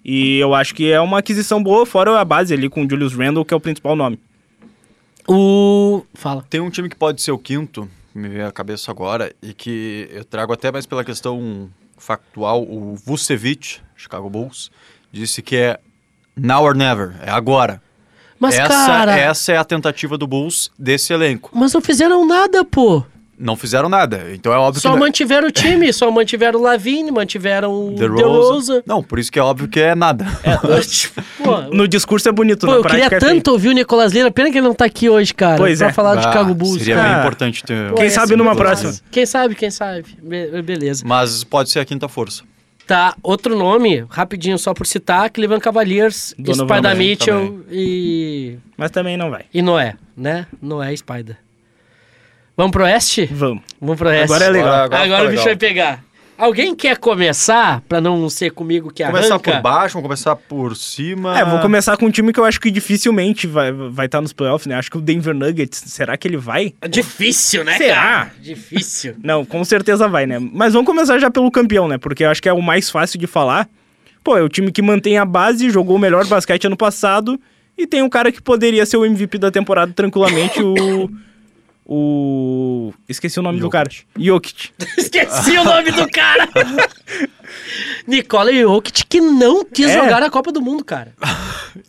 [SPEAKER 5] E eu acho que é uma aquisição boa, fora a base ali com o Julius Randle, que é o principal nome.
[SPEAKER 3] O. Fala.
[SPEAKER 4] Tem um time que pode ser o quinto, me veio à cabeça agora, e que eu trago até mais pela questão factual. O Vucevic, Chicago Bulls, disse que é now or never, é agora.
[SPEAKER 3] Mas,
[SPEAKER 4] essa,
[SPEAKER 3] cara.
[SPEAKER 4] essa é a tentativa do Bulls desse elenco.
[SPEAKER 3] Mas não fizeram nada, pô.
[SPEAKER 4] Não fizeram nada, então é óbvio
[SPEAKER 3] Só
[SPEAKER 4] que...
[SPEAKER 3] mantiveram o time, só mantiveram o Lavigne, mantiveram o
[SPEAKER 4] The
[SPEAKER 3] The
[SPEAKER 4] Rosa.
[SPEAKER 3] Rosa.
[SPEAKER 4] Não, por isso que é óbvio que é nada.
[SPEAKER 3] Tipo, pô,
[SPEAKER 5] No discurso é bonito,
[SPEAKER 3] pô,
[SPEAKER 5] na
[SPEAKER 3] eu
[SPEAKER 5] prática
[SPEAKER 3] queria
[SPEAKER 5] é feio.
[SPEAKER 3] tanto ouvir o Nicolas Lira, pena que ele não tá aqui hoje, cara,
[SPEAKER 5] Pois
[SPEAKER 3] pra
[SPEAKER 5] é.
[SPEAKER 3] falar do
[SPEAKER 4] Ah,
[SPEAKER 3] Chicago Bulls.
[SPEAKER 4] Seria
[SPEAKER 3] cara.
[SPEAKER 4] bem
[SPEAKER 5] cara.
[SPEAKER 4] importante ter... um
[SPEAKER 5] Quem sabe numa
[SPEAKER 4] Mas-
[SPEAKER 5] próxima.
[SPEAKER 3] Quem sabe, quem sabe. Be- beleza.
[SPEAKER 4] Mas pode ser a quinta força.
[SPEAKER 3] Tá, outro nome, rapidinho só por citar, Cleveland Cavaliers,
[SPEAKER 5] Donovan
[SPEAKER 3] Spider
[SPEAKER 5] Mitchell
[SPEAKER 3] Mitchell e,
[SPEAKER 5] Mas também não vai.
[SPEAKER 3] e Noé, né? Noé e Spider. Vamos pro Oeste?
[SPEAKER 5] Vamos.
[SPEAKER 3] Vamos pro Oeste.
[SPEAKER 5] Agora é legal.
[SPEAKER 4] Agora-
[SPEAKER 3] Agora,
[SPEAKER 4] ficou
[SPEAKER 3] o bicho
[SPEAKER 4] legal.
[SPEAKER 3] vai pegar. Alguém quer começar, pra não ser comigo que
[SPEAKER 4] Vamos começar
[SPEAKER 3] arranca?
[SPEAKER 4] por baixo, vamos começar por cima.
[SPEAKER 5] É, vou começar com um time que eu acho que dificilmente vai estar vai tá nos playoffs, né? Acho que o Denver Nuggets, será que ele vai?
[SPEAKER 3] Difícil, né,
[SPEAKER 5] Será?
[SPEAKER 3] cara? Difícil.
[SPEAKER 5] Não, com certeza vai, né? Mas vamos começar já pelo campeão, né? Porque eu acho que é o mais fácil de falar. Pô, é o time que mantém a base, jogou o melhor basquete ano passado e tem um cara que poderia ser o MVP da temporada tranquilamente, o. O. Esqueci o nome do cara. Jokic.
[SPEAKER 3] Esqueci o nome do cara! Nicola Jokic, que não quis
[SPEAKER 5] É.
[SPEAKER 3] jogar a Copa do Mundo, cara.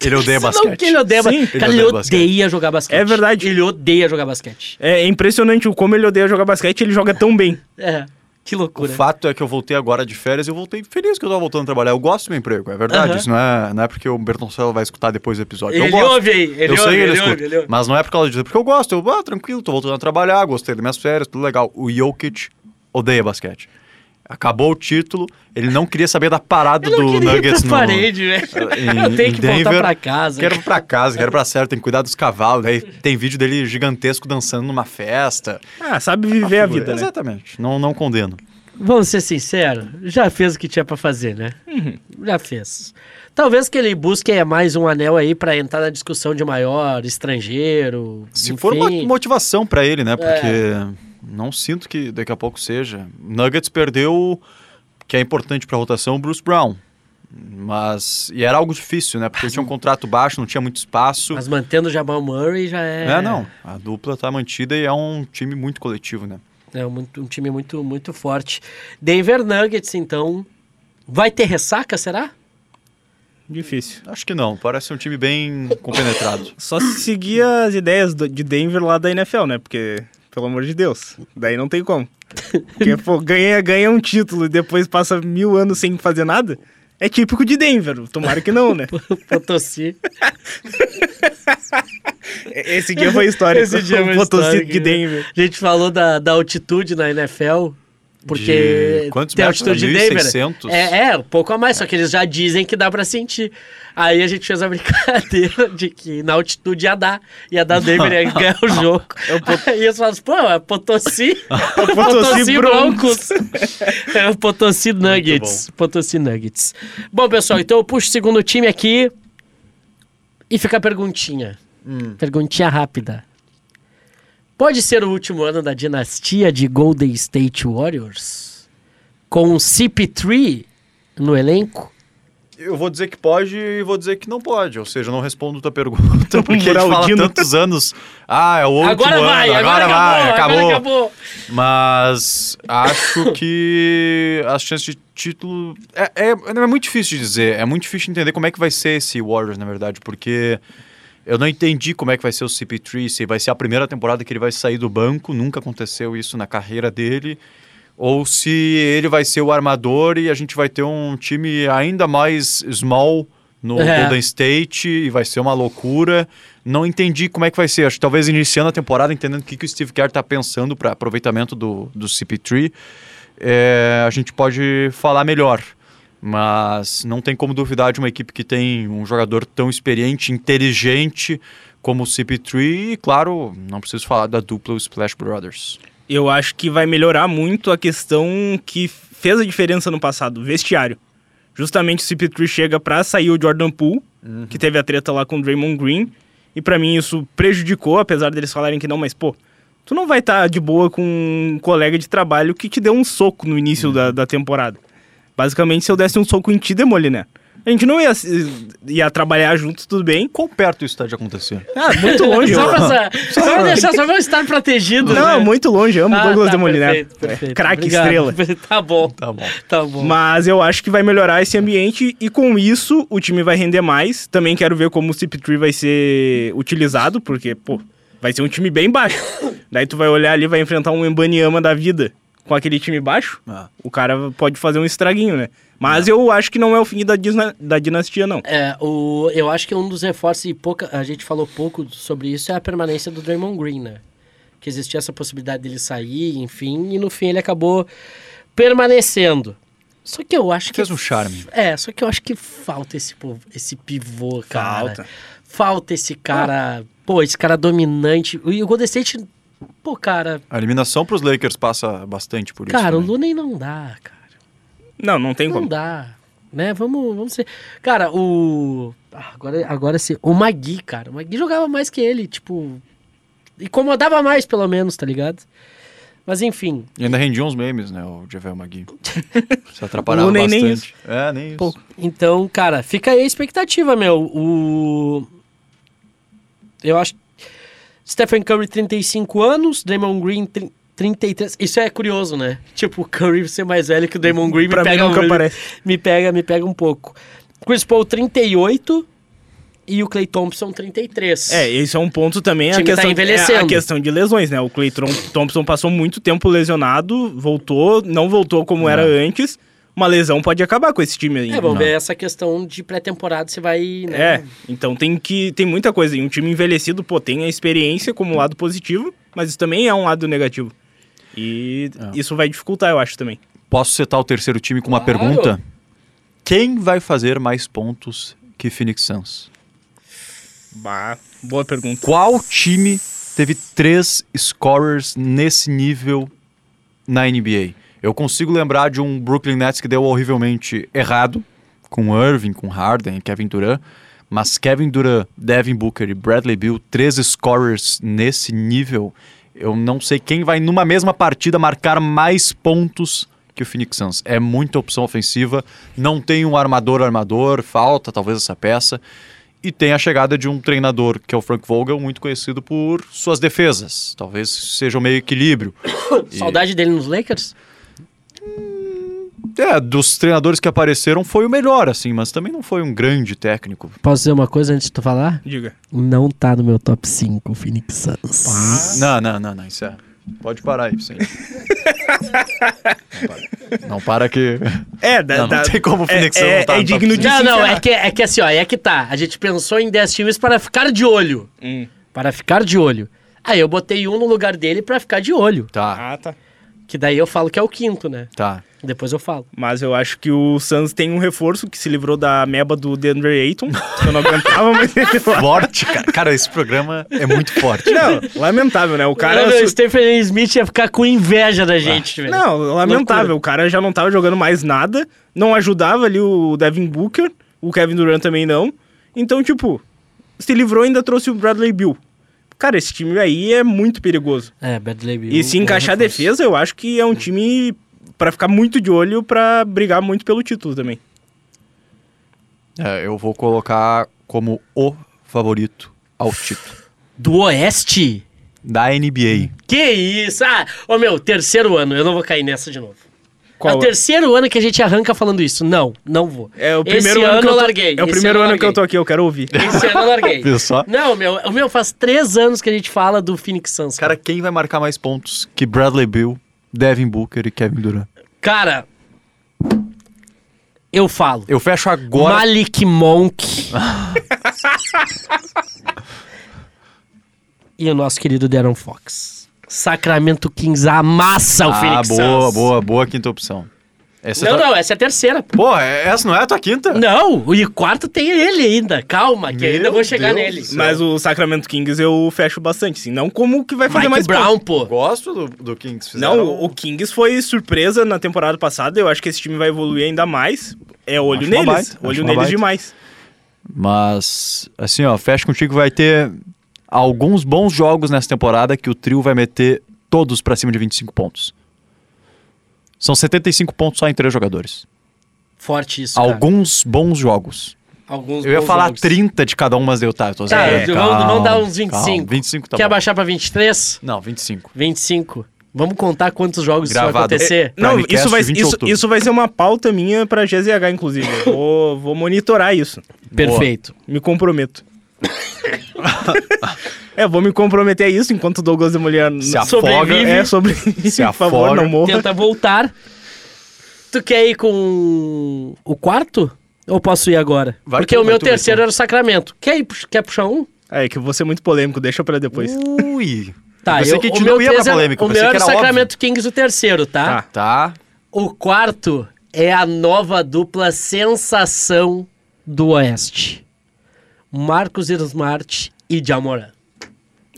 [SPEAKER 4] Ele odeia
[SPEAKER 3] Isso Não,
[SPEAKER 4] basquete.
[SPEAKER 3] que ele odeia,
[SPEAKER 5] Sim.
[SPEAKER 3] ba-
[SPEAKER 4] Ele
[SPEAKER 3] cara, ele
[SPEAKER 4] odeia basquete.
[SPEAKER 3] odeia jogar basquete.
[SPEAKER 5] É verdade.
[SPEAKER 3] Ele odeia jogar basquete.
[SPEAKER 5] É impressionante o como ele odeia jogar basquete ele joga tão bem.
[SPEAKER 3] É, que
[SPEAKER 4] O
[SPEAKER 3] loucura.
[SPEAKER 4] fato é que eu voltei agora de férias e eu voltei feliz que eu tava voltando a trabalhar. Eu gosto do meu emprego, é verdade.
[SPEAKER 3] Aham.
[SPEAKER 4] Isso não é, não é porque o Bertoncello vai escutar depois do episódio. eu
[SPEAKER 3] Ele
[SPEAKER 4] gosto.
[SPEAKER 3] ouve aí, ele
[SPEAKER 4] eu sei
[SPEAKER 3] ouve,
[SPEAKER 4] que ele,
[SPEAKER 3] ele
[SPEAKER 4] escuta.
[SPEAKER 3] ouve, ele ouve.
[SPEAKER 4] Mas não é por causa disso, é porque eu gosto. Eu, ah, tranquilo, tô voltando a trabalhar, gostei das minhas férias, tudo legal. O Jokic odeia basquete. Acabou o título, ele não queria saber da parada
[SPEAKER 3] Eu não
[SPEAKER 4] do
[SPEAKER 3] queria ir pra
[SPEAKER 4] Nuggets no...
[SPEAKER 3] parede, velho.
[SPEAKER 4] em-
[SPEAKER 3] Eu tenho
[SPEAKER 4] em
[SPEAKER 3] que
[SPEAKER 4] Denver.
[SPEAKER 3] voltar pra casa.
[SPEAKER 4] Quero pra casa, quero pra sério, tem que cuidar dos cavalos. Aí tem vídeo dele gigantesco dançando numa festa. Tá
[SPEAKER 5] Ah, sabe viver a vida, né?
[SPEAKER 4] é- Exatamente. Não, não condeno.
[SPEAKER 3] Vamos ser sinceros, já fez o que tinha pra fazer, né?
[SPEAKER 4] Uhum.
[SPEAKER 3] Já fez. Talvez que ele busque mais um anel aí pra entrar na discussão de maior, estrangeiro.
[SPEAKER 4] Se
[SPEAKER 3] enfim. É.
[SPEAKER 4] for uma motivação pra ele, né? Porque não sinto que daqui a pouco seja. Nuggets perdeu, que é importante pra rotação, o Bruce Brown. Mas. E era algo difícil, né? Porque ele tinha um contrato baixo, não tinha muito espaço.
[SPEAKER 3] Mas mantendo o Jamal Murray já é.
[SPEAKER 4] É, não. A dupla tá mantida e é um time muito coletivo, né?
[SPEAKER 3] É um, muito- um time muito, muito forte. Denver Nuggets, então. Vai ter ressaca, será?
[SPEAKER 5] Difícil.
[SPEAKER 4] Acho que não. Parece um time bem compenetrado.
[SPEAKER 5] Só se seguir as ideias do- de Denver lá da NFL, né? Porque, pelo amor de Deus, daí não tem como. Porque, pô, ganha, ganha um título e depois passa mil anos sem fazer nada. É típico de Denver, tomara que não, né?
[SPEAKER 3] Potosí.
[SPEAKER 5] Esse dia foi histórico.
[SPEAKER 3] Esse dia foi
[SPEAKER 5] o Potosí
[SPEAKER 3] histórico,
[SPEAKER 5] de
[SPEAKER 3] né?
[SPEAKER 5] Denver.
[SPEAKER 3] A gente falou da, da altitude na NFL. Porque
[SPEAKER 4] De quantos
[SPEAKER 3] tem a
[SPEAKER 4] metros?
[SPEAKER 3] altitude de Denver.
[SPEAKER 4] 1.600?
[SPEAKER 3] É, é, um pouco a mais, só que eles já dizem que dá pra sentir. Aí a gente fez a brincadeira de que na altitude ia dar. Ia dar Denver ia ganhar o jogo. Aí eles falam assim, pô, é Potosí. É
[SPEAKER 5] o Potosí Broncos.
[SPEAKER 3] é o Potosí Nuggets. Potosí Nuggets. Bom, pessoal, então eu puxo o segundo time aqui. E fica a perguntinha. Perguntinha rápida. Pode ser o último ano da dinastia de Golden State Warriors? Com o CP3 no elenco?
[SPEAKER 4] Eu vou dizer que pode e vou dizer que não pode. Ou seja, eu não respondo tua pergunta, porque a gente fala
[SPEAKER 5] Muraldino.
[SPEAKER 4] tantos anos. Ah, é o último
[SPEAKER 3] agora
[SPEAKER 4] ano,
[SPEAKER 3] vai, agora, acabou, agora acabou.
[SPEAKER 4] Mas acho que as chances de título. É, é, não é muito difícil de dizer. É muito difícil de entender como é que vai ser esse Warriors, na verdade, porque eu não entendi como é que vai ser o CP3, se vai ser a primeira temporada que ele vai sair do banco, nunca aconteceu isso na carreira dele. Ou se ele vai ser o armador e a gente vai ter um time ainda mais small no
[SPEAKER 3] É.
[SPEAKER 4] Golden State e vai ser uma loucura. Não entendi como é que vai ser. Acho que talvez iniciando a temporada, entendendo o que, que o Steve Kerr tá pensando para aproveitamento do, do CP3, é, a gente pode falar melhor. Mas não tem como duvidar de uma equipe que tem um jogador tão experiente, inteligente como o CP3 e, claro, não preciso falar da dupla os Splash Brothers.
[SPEAKER 5] Eu acho que vai melhorar muito a questão que fez a diferença no passado, vestiário. Justamente o CP3 chega pra sair o Jordan Poole, que teve a treta lá com o Draymond Green, e pra mim isso prejudicou, apesar deles falarem que não, mas pô, tu não vai estar de boa com um colega de trabalho que te deu um soco no início da, da temporada. Basicamente, se eu desse um soco em ti, demole, né? A gente não ia, se- ia trabalhar junto, tudo bem.
[SPEAKER 4] Quão perto isso está de acontecer?
[SPEAKER 5] Ah, muito longe.
[SPEAKER 3] Só
[SPEAKER 5] eu-
[SPEAKER 3] pra, só pra deixar, só pra eu estar protegido.
[SPEAKER 5] Não,
[SPEAKER 3] né?
[SPEAKER 5] muito longe. Amo
[SPEAKER 3] Ah,
[SPEAKER 5] Douglas
[SPEAKER 3] tá,
[SPEAKER 5] de Moliné.
[SPEAKER 3] perfeito, perfeito.
[SPEAKER 5] Craque,
[SPEAKER 3] Obrigado.
[SPEAKER 5] estrela.
[SPEAKER 3] Tá bom.
[SPEAKER 4] Tá bom.
[SPEAKER 3] Tá bom.
[SPEAKER 5] Mas eu acho que vai melhorar esse ambiente e com isso o time vai render mais. Também quero ver como o CP3 vai ser utilizado, porque, pô, vai ser um time bem baixo. Daí tu vai olhar ali, vai enfrentar um Embaniama da vida com aquele time baixo.
[SPEAKER 4] Ah.
[SPEAKER 5] O cara pode fazer um estraguinho, né? Mas eu acho que não é o fim da, disna- da dinastia, não.
[SPEAKER 3] É, o, eu acho que um dos reforços, e pouca, a gente falou pouco sobre isso, é a permanência do Draymond Green, né? Que existia essa possibilidade dele sair, enfim, e no fim ele acabou permanecendo. Só que eu acho que.
[SPEAKER 4] Fez um charme.
[SPEAKER 3] É, só que eu acho que falta esse, po- esse pivô, cara.
[SPEAKER 5] Falta.
[SPEAKER 3] Falta esse cara. Pô, esse cara dominante. E o Golden State. Pô, cara.
[SPEAKER 4] A eliminação para os Lakers passa bastante por isso. né?
[SPEAKER 3] Cara, o Looney
[SPEAKER 4] também.
[SPEAKER 3] não dá, cara.
[SPEAKER 5] Não, não tem
[SPEAKER 3] Não
[SPEAKER 5] como.
[SPEAKER 3] dá. Né? Vamos, vamos ser. Cara, o. Ah, Agora, agora sim. O Magui, cara. O Magui jogava mais que ele, tipo. Incomodava mais, pelo menos, tá ligado? Mas enfim.
[SPEAKER 4] E ainda rendiam uns memes, né? O Javel Magui. Se atrapalhava
[SPEAKER 5] Não, nem-
[SPEAKER 4] bastante.
[SPEAKER 5] nem
[SPEAKER 4] É, nem isso.
[SPEAKER 3] pô, então, cara, fica aí a expectativa, meu. O. Eu acho. Stephen Curry, 35 anos. Draymond Green, tri- 33. Isso é curioso, né? Tipo, o Curry ser mais velho que o Draymond Green me
[SPEAKER 5] Pra mim
[SPEAKER 3] pega
[SPEAKER 5] nunca
[SPEAKER 3] um-
[SPEAKER 5] aparece.
[SPEAKER 3] me pega, me pega um pouco. Chris Paul 38 e o Clay Thompson 33.
[SPEAKER 5] É, esse é um ponto também.
[SPEAKER 3] O
[SPEAKER 5] A
[SPEAKER 3] time tá
[SPEAKER 5] questão,
[SPEAKER 3] envelhecendo.
[SPEAKER 5] é a questão de lesões, né? O Clay Trom- Thompson passou muito tempo lesionado, voltou, não voltou como era antes. Uma lesão pode acabar com esse time aí.
[SPEAKER 3] É, vamos
[SPEAKER 4] Não.
[SPEAKER 3] ver essa questão de pré-temporada se vai, né?
[SPEAKER 5] É, então tem que tem muita coisa. E um time envelhecido, pô, tem a experiência como lado positivo, mas isso também é um lado negativo. E isso vai dificultar, eu acho também.
[SPEAKER 4] Posso setar o terceiro time com uma
[SPEAKER 3] Claro.
[SPEAKER 4] pergunta? Quem vai fazer mais pontos que Phoenix Suns?
[SPEAKER 5] Bah, boa pergunta.
[SPEAKER 4] Qual time teve três scorers nesse nível na NBA? Eu consigo lembrar de um Brooklyn Nets que deu horrivelmente errado, com Irving, com Harden, Kevin Durant. Mas Kevin Durant, Devin Booker e Bradley Beal, três scorers nesse nível, eu não sei quem vai numa mesma partida marcar mais pontos que o Phoenix Suns. É muita opção ofensiva, não tem um armador armador, falta talvez essa peça. E tem a chegada de um treinador, que é o Frank Vogel, muito conhecido por suas defesas. Talvez seja o meio equilíbrio.
[SPEAKER 3] Saudade dele nos Lakers?
[SPEAKER 4] É, dos treinadores que apareceram foi o melhor, assim, mas também não foi um grande técnico.
[SPEAKER 3] Posso dizer uma coisa antes de tu falar?
[SPEAKER 5] Diga.
[SPEAKER 3] Não tá no meu top 5 o Phoenix Suns.
[SPEAKER 4] Não, não, não, não, isso é. Pode parar aí, sim. não, para. não para que.
[SPEAKER 5] É, da,
[SPEAKER 4] Não, não
[SPEAKER 5] da-
[SPEAKER 4] tem como o Phoenix
[SPEAKER 5] é, é,
[SPEAKER 4] não tá
[SPEAKER 5] é
[SPEAKER 4] no top
[SPEAKER 5] digno de
[SPEAKER 3] Não,
[SPEAKER 5] se
[SPEAKER 3] não,
[SPEAKER 5] encerrar.
[SPEAKER 3] é que, é que assim, ó, é que tá. A gente pensou em 10 times para ficar de olho.
[SPEAKER 5] Hum.
[SPEAKER 3] Para ficar de olho. Aí eu botei um no lugar dele para ficar de olho.
[SPEAKER 4] Tá,
[SPEAKER 5] Ah, tá.
[SPEAKER 3] Que daí eu falo que é o quinto, né?
[SPEAKER 4] tá.
[SPEAKER 3] Depois eu falo.
[SPEAKER 5] Mas eu acho que o Suns tem um reforço que se livrou da meba do DeAndre Ayton. que eu não aguentava, mas ele lá.
[SPEAKER 4] Forte, cara. Cara, esse programa é muito forte.
[SPEAKER 5] Não, lamentável, né? O cara.
[SPEAKER 3] Cara, o
[SPEAKER 5] su-
[SPEAKER 3] Stephen Smith ia ficar com inveja da gente, velho.
[SPEAKER 5] Não, lamentável. O cara já não tava jogando mais nada. Não ajudava ali o Devin Booker. O Kevin Durant também não. Então, tipo, se livrou e ainda trouxe o Bradley Bill. Cara, esse time aí é muito perigoso.
[SPEAKER 3] É, Bradley Beal.
[SPEAKER 5] E se encaixar a defesa, eu acho que é um time pra ficar muito de olho pra brigar muito pelo título também.
[SPEAKER 4] É, eu vou colocar como o favorito ao título
[SPEAKER 3] Do Oeste?
[SPEAKER 4] da NBA.
[SPEAKER 3] Que isso? Ah, ô meu, terceiro ano, eu não vou cair nessa de novo.
[SPEAKER 5] Qual
[SPEAKER 3] é o terceiro ano que a gente arranca falando isso. Não, não vou.
[SPEAKER 5] É o primeiro
[SPEAKER 3] Esse
[SPEAKER 5] ano que eu
[SPEAKER 3] eu
[SPEAKER 5] tô...
[SPEAKER 3] larguei.
[SPEAKER 5] É o
[SPEAKER 3] esse
[SPEAKER 5] primeiro ano que eu tô
[SPEAKER 3] larguei.
[SPEAKER 5] aqui, eu quero ouvir.
[SPEAKER 3] Esse ano eu larguei.
[SPEAKER 4] Viu só?
[SPEAKER 3] Não, meu, o meu faz três anos que a gente fala do Phoenix Suns.
[SPEAKER 4] Cara, quem vai marcar mais pontos que Bradley Bill, Devin Booker e Kevin Durant?
[SPEAKER 3] Cara, eu falo.
[SPEAKER 4] Eu fecho agora.
[SPEAKER 3] Malik Monk. e o nosso querido Darren Fox. Sacramento Kings amassa o
[SPEAKER 4] ah,
[SPEAKER 3] Phoenix
[SPEAKER 4] boa,
[SPEAKER 3] Suns.
[SPEAKER 4] boa, boa quinta opção. Essa
[SPEAKER 3] Não,
[SPEAKER 4] tá-
[SPEAKER 3] não, essa é a terceira. pô.
[SPEAKER 4] Pô, é- essa não é a tua quinta?
[SPEAKER 3] Não, e quarto tem ele ainda. Calma, que
[SPEAKER 4] Meu
[SPEAKER 3] ainda eu vou chegar
[SPEAKER 4] Deus
[SPEAKER 3] nele.
[SPEAKER 4] do céu.
[SPEAKER 5] Mas o Sacramento Kings eu fecho bastante, assim. Não como que vai fazer mais
[SPEAKER 3] Mike
[SPEAKER 5] pontos.
[SPEAKER 3] Brown, pô.
[SPEAKER 4] Gosto do, do Kings.
[SPEAKER 5] Não,
[SPEAKER 4] fizeram-
[SPEAKER 5] o Kings foi surpresa na temporada passada. Eu acho que esse time vai evoluir ainda mais. É olho
[SPEAKER 4] Acho uma
[SPEAKER 5] neles.
[SPEAKER 4] baita, acho
[SPEAKER 5] olho
[SPEAKER 4] uma
[SPEAKER 5] neles
[SPEAKER 4] baita.
[SPEAKER 5] demais.
[SPEAKER 4] Mas, assim, ó, fecha contigo que vai ter alguns bons jogos nessa temporada que o trio vai meter todos pra cima de 25 pontos. São 75 pontos só em três jogadores.
[SPEAKER 3] Forte isso. cara.
[SPEAKER 4] Alguns bons jogos.
[SPEAKER 3] Alguns
[SPEAKER 4] Eu ia
[SPEAKER 3] bons
[SPEAKER 4] falar
[SPEAKER 3] jogos.
[SPEAKER 4] 30 de cada um, mas deu tá. Eu tô
[SPEAKER 3] Tá,
[SPEAKER 4] zero.
[SPEAKER 3] vamos,
[SPEAKER 4] Calma,
[SPEAKER 3] vamos dar uns 25.
[SPEAKER 4] calma, 25 tá
[SPEAKER 3] Quer
[SPEAKER 4] bom.
[SPEAKER 3] abaixar pra 23?
[SPEAKER 4] Não, 25.
[SPEAKER 3] 25. Vamos contar quantos jogos isso vai
[SPEAKER 4] Gravado.
[SPEAKER 3] acontecer?
[SPEAKER 4] Pra
[SPEAKER 5] Não,
[SPEAKER 4] Micast,
[SPEAKER 5] isso vai,
[SPEAKER 4] 20 de
[SPEAKER 5] isso,
[SPEAKER 4] outubro.
[SPEAKER 5] isso vai ser uma pauta minha pra GZH, inclusive. Eu vou, vou monitorar isso.
[SPEAKER 4] É,
[SPEAKER 3] Perfeito.
[SPEAKER 5] Me comprometo. é, vou me comprometer a isso enquanto o Douglas de Mulher
[SPEAKER 4] Se afoga.
[SPEAKER 3] Sobrevive.
[SPEAKER 5] é sobre
[SPEAKER 4] Se
[SPEAKER 5] Por favor,
[SPEAKER 4] afoga.
[SPEAKER 5] não morra.
[SPEAKER 3] Tenta voltar. Tu quer ir com o quarto? Ou posso ir agora?
[SPEAKER 4] Vai
[SPEAKER 3] Porque
[SPEAKER 4] tu,
[SPEAKER 3] o
[SPEAKER 4] vai
[SPEAKER 3] meu
[SPEAKER 4] tu, vai
[SPEAKER 3] terceiro
[SPEAKER 4] tu.
[SPEAKER 3] era o Sacramento. Quer, ir, pux- quer puxar um?
[SPEAKER 5] É que eu vou ser muito polêmico, deixa pra depois.
[SPEAKER 4] Ui.
[SPEAKER 3] Tá,
[SPEAKER 4] eu pensei
[SPEAKER 3] eu,
[SPEAKER 4] que a
[SPEAKER 3] o
[SPEAKER 4] gente
[SPEAKER 3] meu
[SPEAKER 4] não ia pra
[SPEAKER 3] três era-
[SPEAKER 4] polêmica.
[SPEAKER 3] O
[SPEAKER 4] eu pensei
[SPEAKER 3] meu era
[SPEAKER 4] que
[SPEAKER 3] o
[SPEAKER 4] óbvio.
[SPEAKER 3] Sacramento Kings, o terceiro, tá?
[SPEAKER 4] Tá.
[SPEAKER 3] O quarto é a nova dupla sensação do Oeste. Marcos Smart e Jamoran.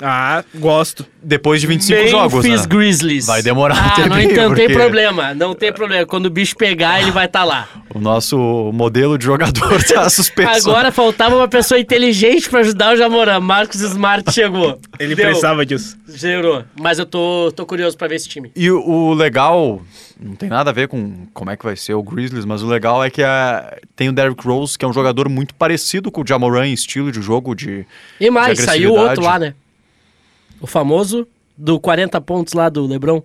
[SPEAKER 5] Ah, gosto.
[SPEAKER 4] Depois de 25
[SPEAKER 3] Memphis
[SPEAKER 4] jogos, né?
[SPEAKER 3] Grizzlies.
[SPEAKER 4] Vai demorar um
[SPEAKER 3] ah, não,
[SPEAKER 4] tempinho,
[SPEAKER 3] então, tem
[SPEAKER 4] porque-
[SPEAKER 3] problema, não tem problema. Quando o bicho pegar, ele vai estar lá.
[SPEAKER 4] O nosso modelo de jogador tá suspenso.
[SPEAKER 3] Agora faltava uma pessoa inteligente pra ajudar o Jamoran. Marcos Smart chegou.
[SPEAKER 5] Ele
[SPEAKER 3] Deu,
[SPEAKER 5] precisava disso.
[SPEAKER 3] Gerou. Mas eu tô, tô curioso pra ver esse time.
[SPEAKER 4] E o, o legal, não tem nada a ver com como é que vai ser o Grizzlies, mas o legal é que a- tem o Derrick Rose, que é um jogador muito parecido com o Jamoran em estilo de jogo, de...
[SPEAKER 3] E mais,
[SPEAKER 4] De
[SPEAKER 3] saiu outro
[SPEAKER 4] agressividade.
[SPEAKER 3] lá, né? O famoso do 40 pontos lá do Lebron.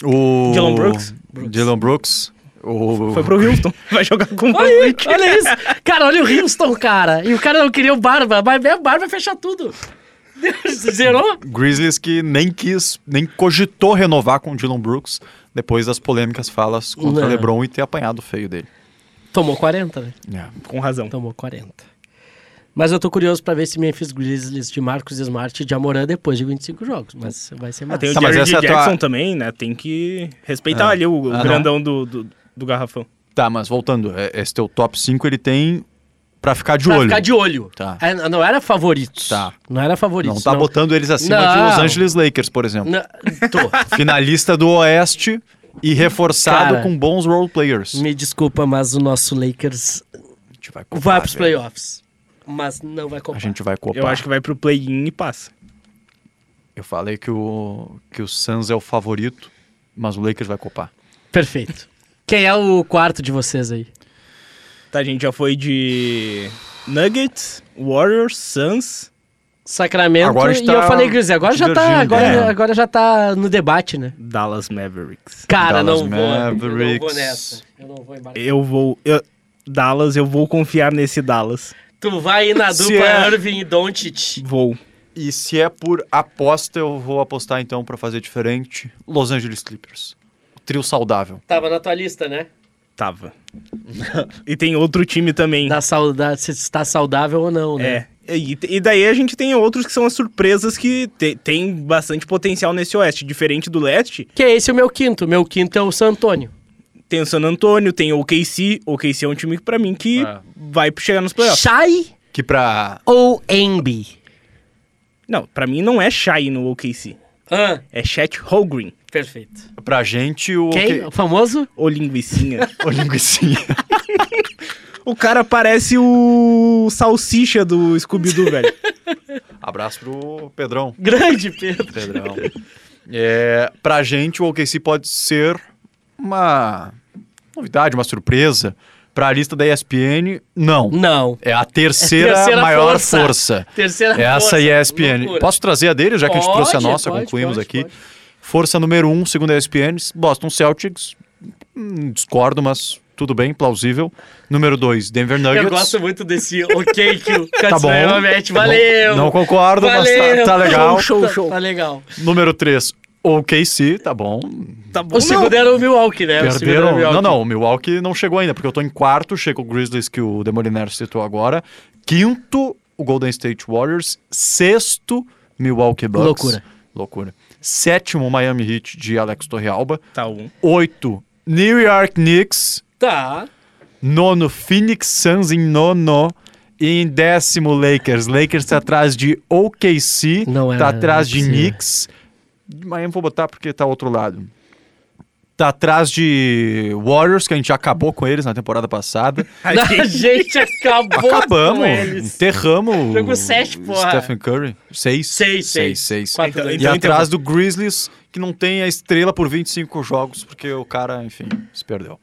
[SPEAKER 4] O...
[SPEAKER 5] Dylan Brooks?
[SPEAKER 4] Dylan Brooks. O...
[SPEAKER 5] Foi pro Houston. Vai jogar com o
[SPEAKER 3] Olha aí, olha isso. Cara, olha o Houston, cara. E o cara não queria o Barba, mas o Barba fecha tudo. Zerou?
[SPEAKER 4] Grizzlies que nem quis, nem cogitou renovar com o Dylan Brooks depois das polêmicas falas contra
[SPEAKER 3] Não.
[SPEAKER 4] o LeBron e ter apanhado o feio dele.
[SPEAKER 3] Tomou 40, né?
[SPEAKER 5] Com razão.
[SPEAKER 4] Então,
[SPEAKER 3] Tomou 40. Mas eu tô curioso pra ver se Memphis Grizzlies de Marcos Smart e de Amorã depois de 25 jogos. Mas vai ser
[SPEAKER 5] Ah, tem
[SPEAKER 3] massa.
[SPEAKER 5] o
[SPEAKER 4] Tá, mas
[SPEAKER 5] Jared
[SPEAKER 4] essa é a tua-
[SPEAKER 5] Jackson também, né? Tem que respeitar ali o, o
[SPEAKER 4] Ah, não.
[SPEAKER 5] grandão do, do, do garrafão.
[SPEAKER 4] Tá, mas voltando, é- esse teu top 5 ele tem pra ficar de
[SPEAKER 3] Pra
[SPEAKER 4] olho.
[SPEAKER 3] ficar de olho.
[SPEAKER 4] Tá.
[SPEAKER 3] Ah, Não era favoritos.
[SPEAKER 4] Tá.
[SPEAKER 3] Não era
[SPEAKER 4] Não
[SPEAKER 3] favoritos.
[SPEAKER 4] tá botando eles acima de
[SPEAKER 3] Não.
[SPEAKER 4] Los Angeles Lakers, por exemplo.
[SPEAKER 3] Não, tô.
[SPEAKER 4] finalista do Oeste e reforçado
[SPEAKER 3] Cara,
[SPEAKER 4] com bons role players.
[SPEAKER 3] Me desculpa, mas o nosso Lakers
[SPEAKER 4] A gente vai
[SPEAKER 3] vai pros
[SPEAKER 4] velho.
[SPEAKER 3] playoffs. Mas não vai
[SPEAKER 4] A
[SPEAKER 3] comprar.
[SPEAKER 4] gente vai copar.
[SPEAKER 5] Eu acho que vai pro play-in e passa.
[SPEAKER 4] Eu falei que o, que o Suns é o favorito, mas o Lakers vai copar.
[SPEAKER 3] Perfeito. Quem é o quarto de vocês aí?
[SPEAKER 5] Tá, a gente já foi de Nuggets, Warriors, Suns.
[SPEAKER 3] Sacramento
[SPEAKER 4] Agora a gente
[SPEAKER 3] e eu
[SPEAKER 4] tá
[SPEAKER 3] falei Grizzly. Agora já tá,
[SPEAKER 4] divergindo,
[SPEAKER 3] agora,
[SPEAKER 4] é.
[SPEAKER 3] agora já tá no debate, né?
[SPEAKER 5] Dallas Mavericks.
[SPEAKER 3] Cara,
[SPEAKER 4] Dallas
[SPEAKER 3] não vou. Eu não vou
[SPEAKER 4] Mavericks.
[SPEAKER 3] nessa. Eu não vou embarcar.
[SPEAKER 5] Eu vou... eu- Dallas, eu vou confiar nesse Dallas.
[SPEAKER 3] Tu vai ir na
[SPEAKER 4] Se
[SPEAKER 3] dupla
[SPEAKER 4] é-
[SPEAKER 3] Irving e Doncic.
[SPEAKER 5] Vou.
[SPEAKER 4] E se é por aposta, eu vou apostar então pra fazer diferente. Los Angeles Clippers. O trio saudável.
[SPEAKER 3] Tava na tua lista, né?
[SPEAKER 5] Tava. e tem outro time também.
[SPEAKER 3] Da saudade, se está saudável ou não, né?
[SPEAKER 5] É. E, e daí a gente tem outros que são as surpresas que te- tem bastante potencial nesse oeste. Diferente do leste,
[SPEAKER 3] Que esse é o meu quinto. Meu quinto é o San Antônio.
[SPEAKER 5] tem o San Antônio, tem o OKC. O OKC é um time que, pra mim que
[SPEAKER 4] É.
[SPEAKER 5] vai chegar nos playoffs.
[SPEAKER 3] Shai
[SPEAKER 4] Que pra.
[SPEAKER 3] ou Embi?
[SPEAKER 5] Não, pra mim não é Shai no OKC.
[SPEAKER 3] Ah,
[SPEAKER 5] É Chet Holgren,
[SPEAKER 3] perfeito.
[SPEAKER 4] Pra gente, o.
[SPEAKER 3] Quem? O famoso?
[SPEAKER 5] ô linguicinha.
[SPEAKER 4] O linguicinha.
[SPEAKER 5] o cara parece o salsicha do Scooby-Doo, velho.
[SPEAKER 4] Abraço pro Pedrão.
[SPEAKER 3] Grande Pedro.
[SPEAKER 4] Pedrão. É, pra gente, o OKC pode ser uma novidade, uma surpresa. Pra lista da ESPN, não.
[SPEAKER 3] Não.
[SPEAKER 4] É a terceira,
[SPEAKER 3] terceira
[SPEAKER 4] maior
[SPEAKER 3] força.
[SPEAKER 4] força.
[SPEAKER 3] Terceira
[SPEAKER 4] Essa
[SPEAKER 3] força.
[SPEAKER 4] e a ESPN.
[SPEAKER 3] Loucura.
[SPEAKER 4] Posso trazer a dele, já que a gente
[SPEAKER 3] Pode,
[SPEAKER 4] trouxe a nossa,
[SPEAKER 3] pode,
[SPEAKER 4] concluímos
[SPEAKER 3] pode,
[SPEAKER 4] aqui.
[SPEAKER 3] pode.
[SPEAKER 4] Força número um, segundo a ESPN, Boston Celtics. Hum, discordo, mas tudo bem, plausível. Número dois, Denver Nuggets.
[SPEAKER 3] Eu gosto muito desse ok que o
[SPEAKER 4] Tá bom.
[SPEAKER 3] Katsuya mete.
[SPEAKER 4] Tá bom.
[SPEAKER 3] Valeu.
[SPEAKER 4] Não concordo, mas tá-
[SPEAKER 3] Valeu.
[SPEAKER 4] tá legal.
[SPEAKER 3] Show, show,
[SPEAKER 5] Tá-
[SPEAKER 3] show. Tá legal.
[SPEAKER 4] Número três, OKC, tá bom.
[SPEAKER 5] Tá bom,
[SPEAKER 3] O segundo era o Milwaukee, né? O segundo era o
[SPEAKER 4] Perderam.
[SPEAKER 3] Milwaukee.
[SPEAKER 4] Não, não, o Milwaukee não chegou ainda, porque eu tô em quarto, chega o Grizzlies, que o Demoliner citou agora. Quinto, o Golden State Warriors. Sexto, Milwaukee Bucks.
[SPEAKER 3] Loucura.
[SPEAKER 4] Loucura. Sétimo, Miami Heat de Alex Torrealba.
[SPEAKER 5] Tá um.
[SPEAKER 4] Oito, New York Knicks,
[SPEAKER 3] Tá.
[SPEAKER 4] nono Phoenix Suns em nono e em décimo Lakers. Lakers tá atrás de OKC,
[SPEAKER 3] Não era-
[SPEAKER 4] tá atrás de
[SPEAKER 3] não precisa.
[SPEAKER 4] Knicks. Miami vou botar porque tá outro lado. Tá atrás de Warriors, que a gente já acabou com eles na temporada passada.
[SPEAKER 5] A
[SPEAKER 3] A
[SPEAKER 5] gente-
[SPEAKER 3] gente acabou com
[SPEAKER 4] Acabamos,
[SPEAKER 3] eles.
[SPEAKER 4] enterramos
[SPEAKER 3] Jogou
[SPEAKER 4] o
[SPEAKER 3] sete, porra.
[SPEAKER 4] Stephen Curry. Seis?
[SPEAKER 3] Seis, seis.
[SPEAKER 4] seis.
[SPEAKER 3] Quatro
[SPEAKER 5] Então,
[SPEAKER 3] ganhos.
[SPEAKER 4] E
[SPEAKER 5] então-
[SPEAKER 4] atrás do Grizzlies, que não tem a estrela por 25 jogos, porque o cara, enfim, se perdeu.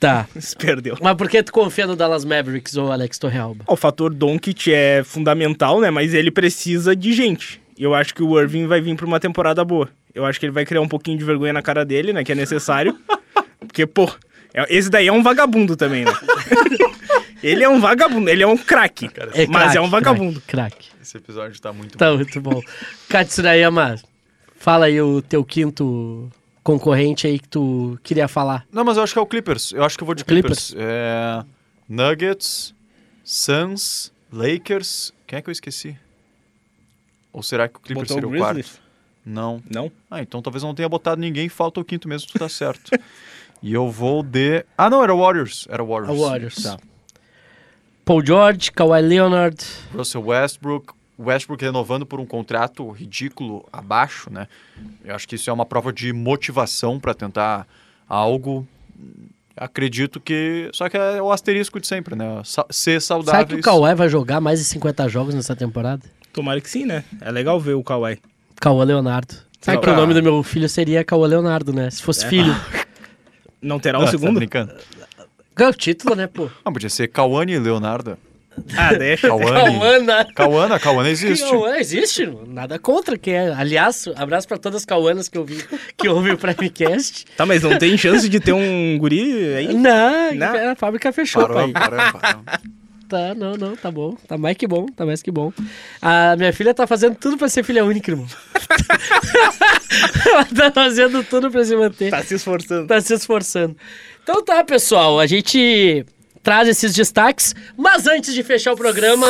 [SPEAKER 3] Tá.
[SPEAKER 5] Se perdeu.
[SPEAKER 3] Mas por que tu confia no Dallas Mavericks ou Alex Torrealba?
[SPEAKER 5] Ah, O fator Doncic é fundamental, né? Mas ele precisa de gente. E Eu acho que o Irving vai vir pra uma temporada boa. Eu acho que ele vai criar um pouquinho de vergonha na cara dele, né? Que é necessário. Porque, pô, é- esse daí é um vagabundo também, né? ele é um vagabundo, ele é um craque. mas
[SPEAKER 3] craque,
[SPEAKER 5] é um vagabundo.
[SPEAKER 3] Craque. craque.
[SPEAKER 4] Esse episódio tá muito
[SPEAKER 3] Tá muito bom. Katsurayama, fala aí o teu quinto concorrente aí que tu queria falar.
[SPEAKER 4] Não, mas eu acho que é o Clippers. Eu acho que eu vou de
[SPEAKER 3] Clippers.
[SPEAKER 4] Clippers. É... Nuggets, Suns, Lakers. Quem é que eu esqueci? Ou será que o Clippers
[SPEAKER 5] Botou o
[SPEAKER 4] seria o,
[SPEAKER 5] Grizzlies?
[SPEAKER 4] quarto? Não.
[SPEAKER 5] Não?
[SPEAKER 4] Ah, então talvez eu não tenha botado ninguém. Falta o quinto mesmo, tu tá certo. e eu vou de. Ah, não, era o Warriors. Era o
[SPEAKER 3] A
[SPEAKER 4] Warriors.
[SPEAKER 3] Ah, Warriors.
[SPEAKER 4] Tá.
[SPEAKER 3] Paul George, Kawhi Leonard.
[SPEAKER 4] Russell Westbrook. Westbrook renovando por um contrato ridículo abaixo, né? Eu acho que isso é uma prova de motivação para tentar algo. Acredito que. Só que é o asterisco de sempre, né? Sa- ser saudável.
[SPEAKER 3] Será que o é Kawhi vai jogar mais de 50 jogos nessa temporada?
[SPEAKER 5] Tomara que sim, né? É legal ver o Kawhi.
[SPEAKER 3] Kawhi Leonardo. Sabe que
[SPEAKER 4] Pra-
[SPEAKER 3] o nome do meu filho seria Kawhi Leonardo, né? Se
[SPEAKER 4] É.
[SPEAKER 3] fosse filho.
[SPEAKER 5] Não terá um segundo?
[SPEAKER 4] Ah, tá brincando.
[SPEAKER 3] Ganhou o título, né, pô?
[SPEAKER 4] Não, podia ser Cauane e Leonardo.
[SPEAKER 5] Ah, deixa.
[SPEAKER 4] Cauane.
[SPEAKER 3] Cauana.
[SPEAKER 4] Cauana, Cauana existe.
[SPEAKER 3] Cauana existe, nada contra que é. Aliás, abraço pra todas as Cauanas que eu vi, que ouvem o Primecast.
[SPEAKER 5] Tá, mas não tem chance de ter um guri aí?
[SPEAKER 3] Não,
[SPEAKER 5] Não.
[SPEAKER 3] a fábrica fechou,
[SPEAKER 4] Parou,
[SPEAKER 3] pai.
[SPEAKER 4] parou, parou.
[SPEAKER 3] Tá, não, não, tá bom. Tá mais que bom, tá mais que bom. A minha filha tá fazendo tudo pra ser filha única, irmão. Ela tá fazendo tudo pra se manter.
[SPEAKER 5] Tá se esforçando.
[SPEAKER 3] tá se esforçando. Então tá, pessoal, a gente traz esses destaques, mas antes de fechar o programa,